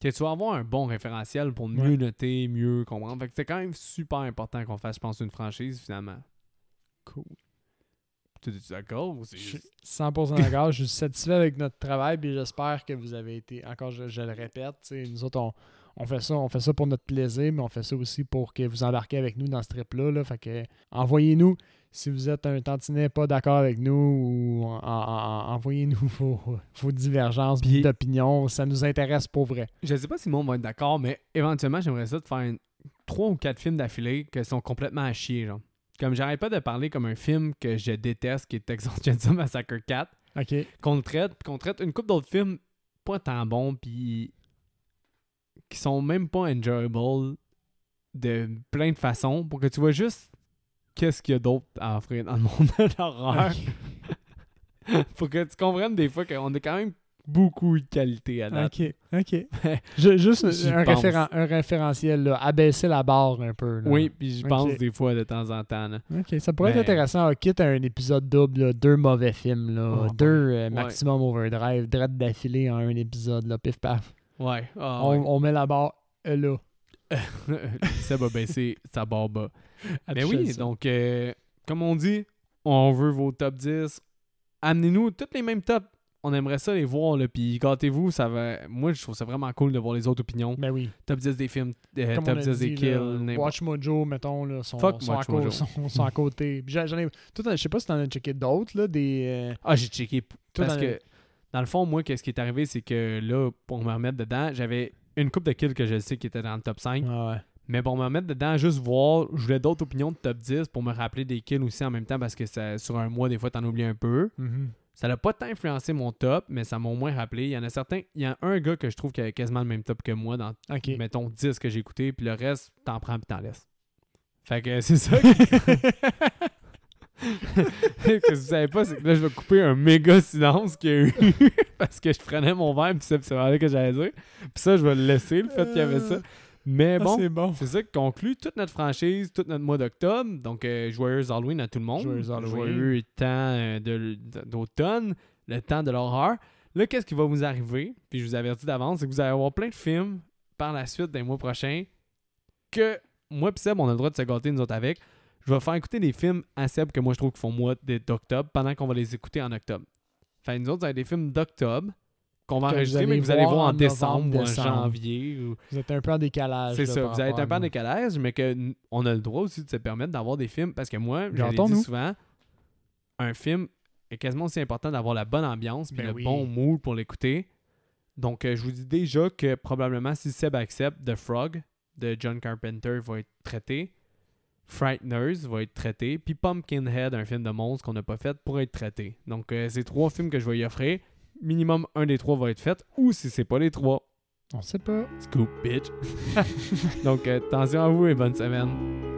Speaker 1: que tu vas avoir un bon référentiel pour mieux
Speaker 2: Ouais.
Speaker 1: noter, mieux comprendre. Fait que c'est quand même super important qu'on fasse, je pense, une franchise finalement.
Speaker 2: Cool.
Speaker 1: Tu es d'accord? ou c'est
Speaker 2: Je suis
Speaker 1: juste-
Speaker 2: 100% d'accord. Je suis satisfait avec notre travail, puis j'espère que vous avez été. Encore, je, je le répète, tu sais, nous autres, on, on fait ça, on fait ça pour notre plaisir, mais on fait ça aussi pour que vous embarquez avec nous dans ce trip-là. là. Fait que envoyez-nous si vous êtes un tantinet pas d'accord avec nous ou en- en- en- envoyez-nous vos, vos divergences
Speaker 1: Puis-
Speaker 2: d'opinion. Ça nous intéresse pour vrai.
Speaker 1: Je sais pas si le monde va être d'accord, mais éventuellement, j'aimerais ça de faire une- trois ou quatre films d'affilée qui sont complètement à chier, genre. Comme j'arrête pas de parler comme un film que je déteste, qui est Texas Chainsaw Massacre 4,
Speaker 2: OK.
Speaker 1: qu'on le traite, puis qu'on traite une couple d'autres films pas tant bons, puis qui sont même pas enjoyable de plein de façons, pour que tu vois juste qu'est-ce qu'il y a d'autre à offrir dans le monde de l'horreur. pour que tu comprennes des fois qu'on est quand même beaucoup de qualité à date.
Speaker 2: Ok, ok. Je- juste
Speaker 1: J'y
Speaker 2: un,
Speaker 1: pense.
Speaker 2: référen- un référentiel, là, abaisser la barre un peu. là.
Speaker 1: Oui, puis je
Speaker 2: Ok.
Speaker 1: pense des fois de temps en temps. là.
Speaker 2: Ok, ça pourrait
Speaker 1: Ben-
Speaker 2: être intéressant. ok, quitte à un épisode double, là, deux mauvais films, là,
Speaker 1: Oh,
Speaker 2: deux euh,
Speaker 1: ouais.
Speaker 2: maximum overdrive, dread d'affilée en un épisode, là, pif paf.
Speaker 1: Ouais. ah,
Speaker 2: on, on met la barre euh, là.
Speaker 1: ouais. Seb a baissé sa barre bas.
Speaker 2: à
Speaker 1: Mais
Speaker 2: toucher
Speaker 1: oui,
Speaker 2: ça.
Speaker 1: donc, euh, comme on dit, on veut vos top 10. Amenez-nous tous les mêmes tops. On aimerait ça les voir, là, puis gâtez-vous. Ça va... Moi, je trouve ça vraiment cool de voir les autres opinions.
Speaker 2: Ben oui.
Speaker 1: Top 10 des films, euh,
Speaker 2: Comme
Speaker 1: top
Speaker 2: on a
Speaker 1: 10 des
Speaker 2: dit,
Speaker 1: kills,
Speaker 2: là,
Speaker 1: n'importe
Speaker 2: Watch Mojo, mettons, là, sont,
Speaker 1: Fuck
Speaker 2: sont à
Speaker 1: Watch
Speaker 2: co-
Speaker 1: Mojo.
Speaker 2: sont- sont à côté. Puis j'en- j'en ai- toi, t'en- Je sais pas si t'en as checké d'autres, là, des. euh,
Speaker 1: Ah, j'ai checké. p-
Speaker 2: Toi,
Speaker 1: parce
Speaker 2: dans
Speaker 1: que,
Speaker 2: le-
Speaker 1: dans le fond, moi, qu'est-ce qui est arrivé, c'est que là, pour me remettre dedans, j'avais une coupe de kills que je sais qui était dans le top 5.
Speaker 2: Ah ouais.
Speaker 1: Mais pour me remettre dedans, juste voir, je voulais d'autres opinions de top 10 pour me rappeler des kills aussi en même temps parce que ça, sur un mois, des fois, t'en oublies un peu.
Speaker 2: Mhm.
Speaker 1: Ça n'a pas tant influencé mon top, mais ça m'a au moins rappelé. Il y en a certains. Il y a un gars que je trouve qui a quasiment le même top que moi dans,
Speaker 2: Ok.
Speaker 1: mettons, 10 que j'ai écouté, puis le reste, t'en prends puis t'en laisses. Fait que c'est ça. que... que vous savez pas, c'est que là, je vais couper un méga silence qu'il y a eu parce que je prenais mon verre, puis c'est pas ce que j'allais dire. Puis ça, je vais le laisser, le fait qu'il y avait ça. Mais
Speaker 2: Ah,
Speaker 1: bon,
Speaker 2: c'est bon.
Speaker 1: c'est ça qui conclut toute notre franchise, tout notre mois d'octobre. Donc, euh, joyeux Halloween à tout le monde.
Speaker 2: Joyeux Halloween.
Speaker 1: Joyeux temps euh, de- d'automne, le temps de l'horreur. Là, qu'est-ce qui va vous arriver? Puis je vous avertis d'avance, c'est que vous allez avoir plein de films par la suite des mois prochains que moi pis Seb, on a le droit de se gâter nous autres avec. Je vais faire écouter des films à Seb que moi je trouve qu'ils font mois d- d'octobre pendant qu'on va les écouter en octobre. Fait que nous autres, ça va être des films d'octobre qu'on va
Speaker 2: Que vous
Speaker 1: enregistrer,
Speaker 2: allez
Speaker 1: mais que vous allez
Speaker 2: voir
Speaker 1: voir en,
Speaker 2: en
Speaker 1: décembre
Speaker 2: novembre,
Speaker 1: ou en
Speaker 2: décembre.
Speaker 1: janvier ou
Speaker 2: Vous êtes un peu en décalage.
Speaker 1: c'est
Speaker 2: là,
Speaker 1: ça,
Speaker 2: par
Speaker 1: vous allez être
Speaker 2: rapport
Speaker 1: un peu
Speaker 2: à
Speaker 1: en
Speaker 2: nous.
Speaker 1: décalage, mais que n- on a le droit aussi de se permettre d'avoir des films. Parce que moi, je l'ai
Speaker 2: Gâtons-nous.
Speaker 1: dit souvent, un film est quasiment aussi important d'avoir la bonne ambiance puis
Speaker 2: Ben
Speaker 1: le
Speaker 2: oui.
Speaker 1: bon mood pour l'écouter. Donc, euh, je vous dis déjà que probablement, si Seb accepte, The Frog de John Carpenter va être traité. Frighteners va être traité. Puis Pumpkinhead, un film de monstre qu'on n'a pas fait, pour être traité. Donc, euh, ces trois films que je vais y offrir, minimum un des trois va être fait. Ou si c'est pas les trois,
Speaker 2: On sait pas.
Speaker 1: Scoop, bitch. Donc, euh, attention à vous et bonne semaine.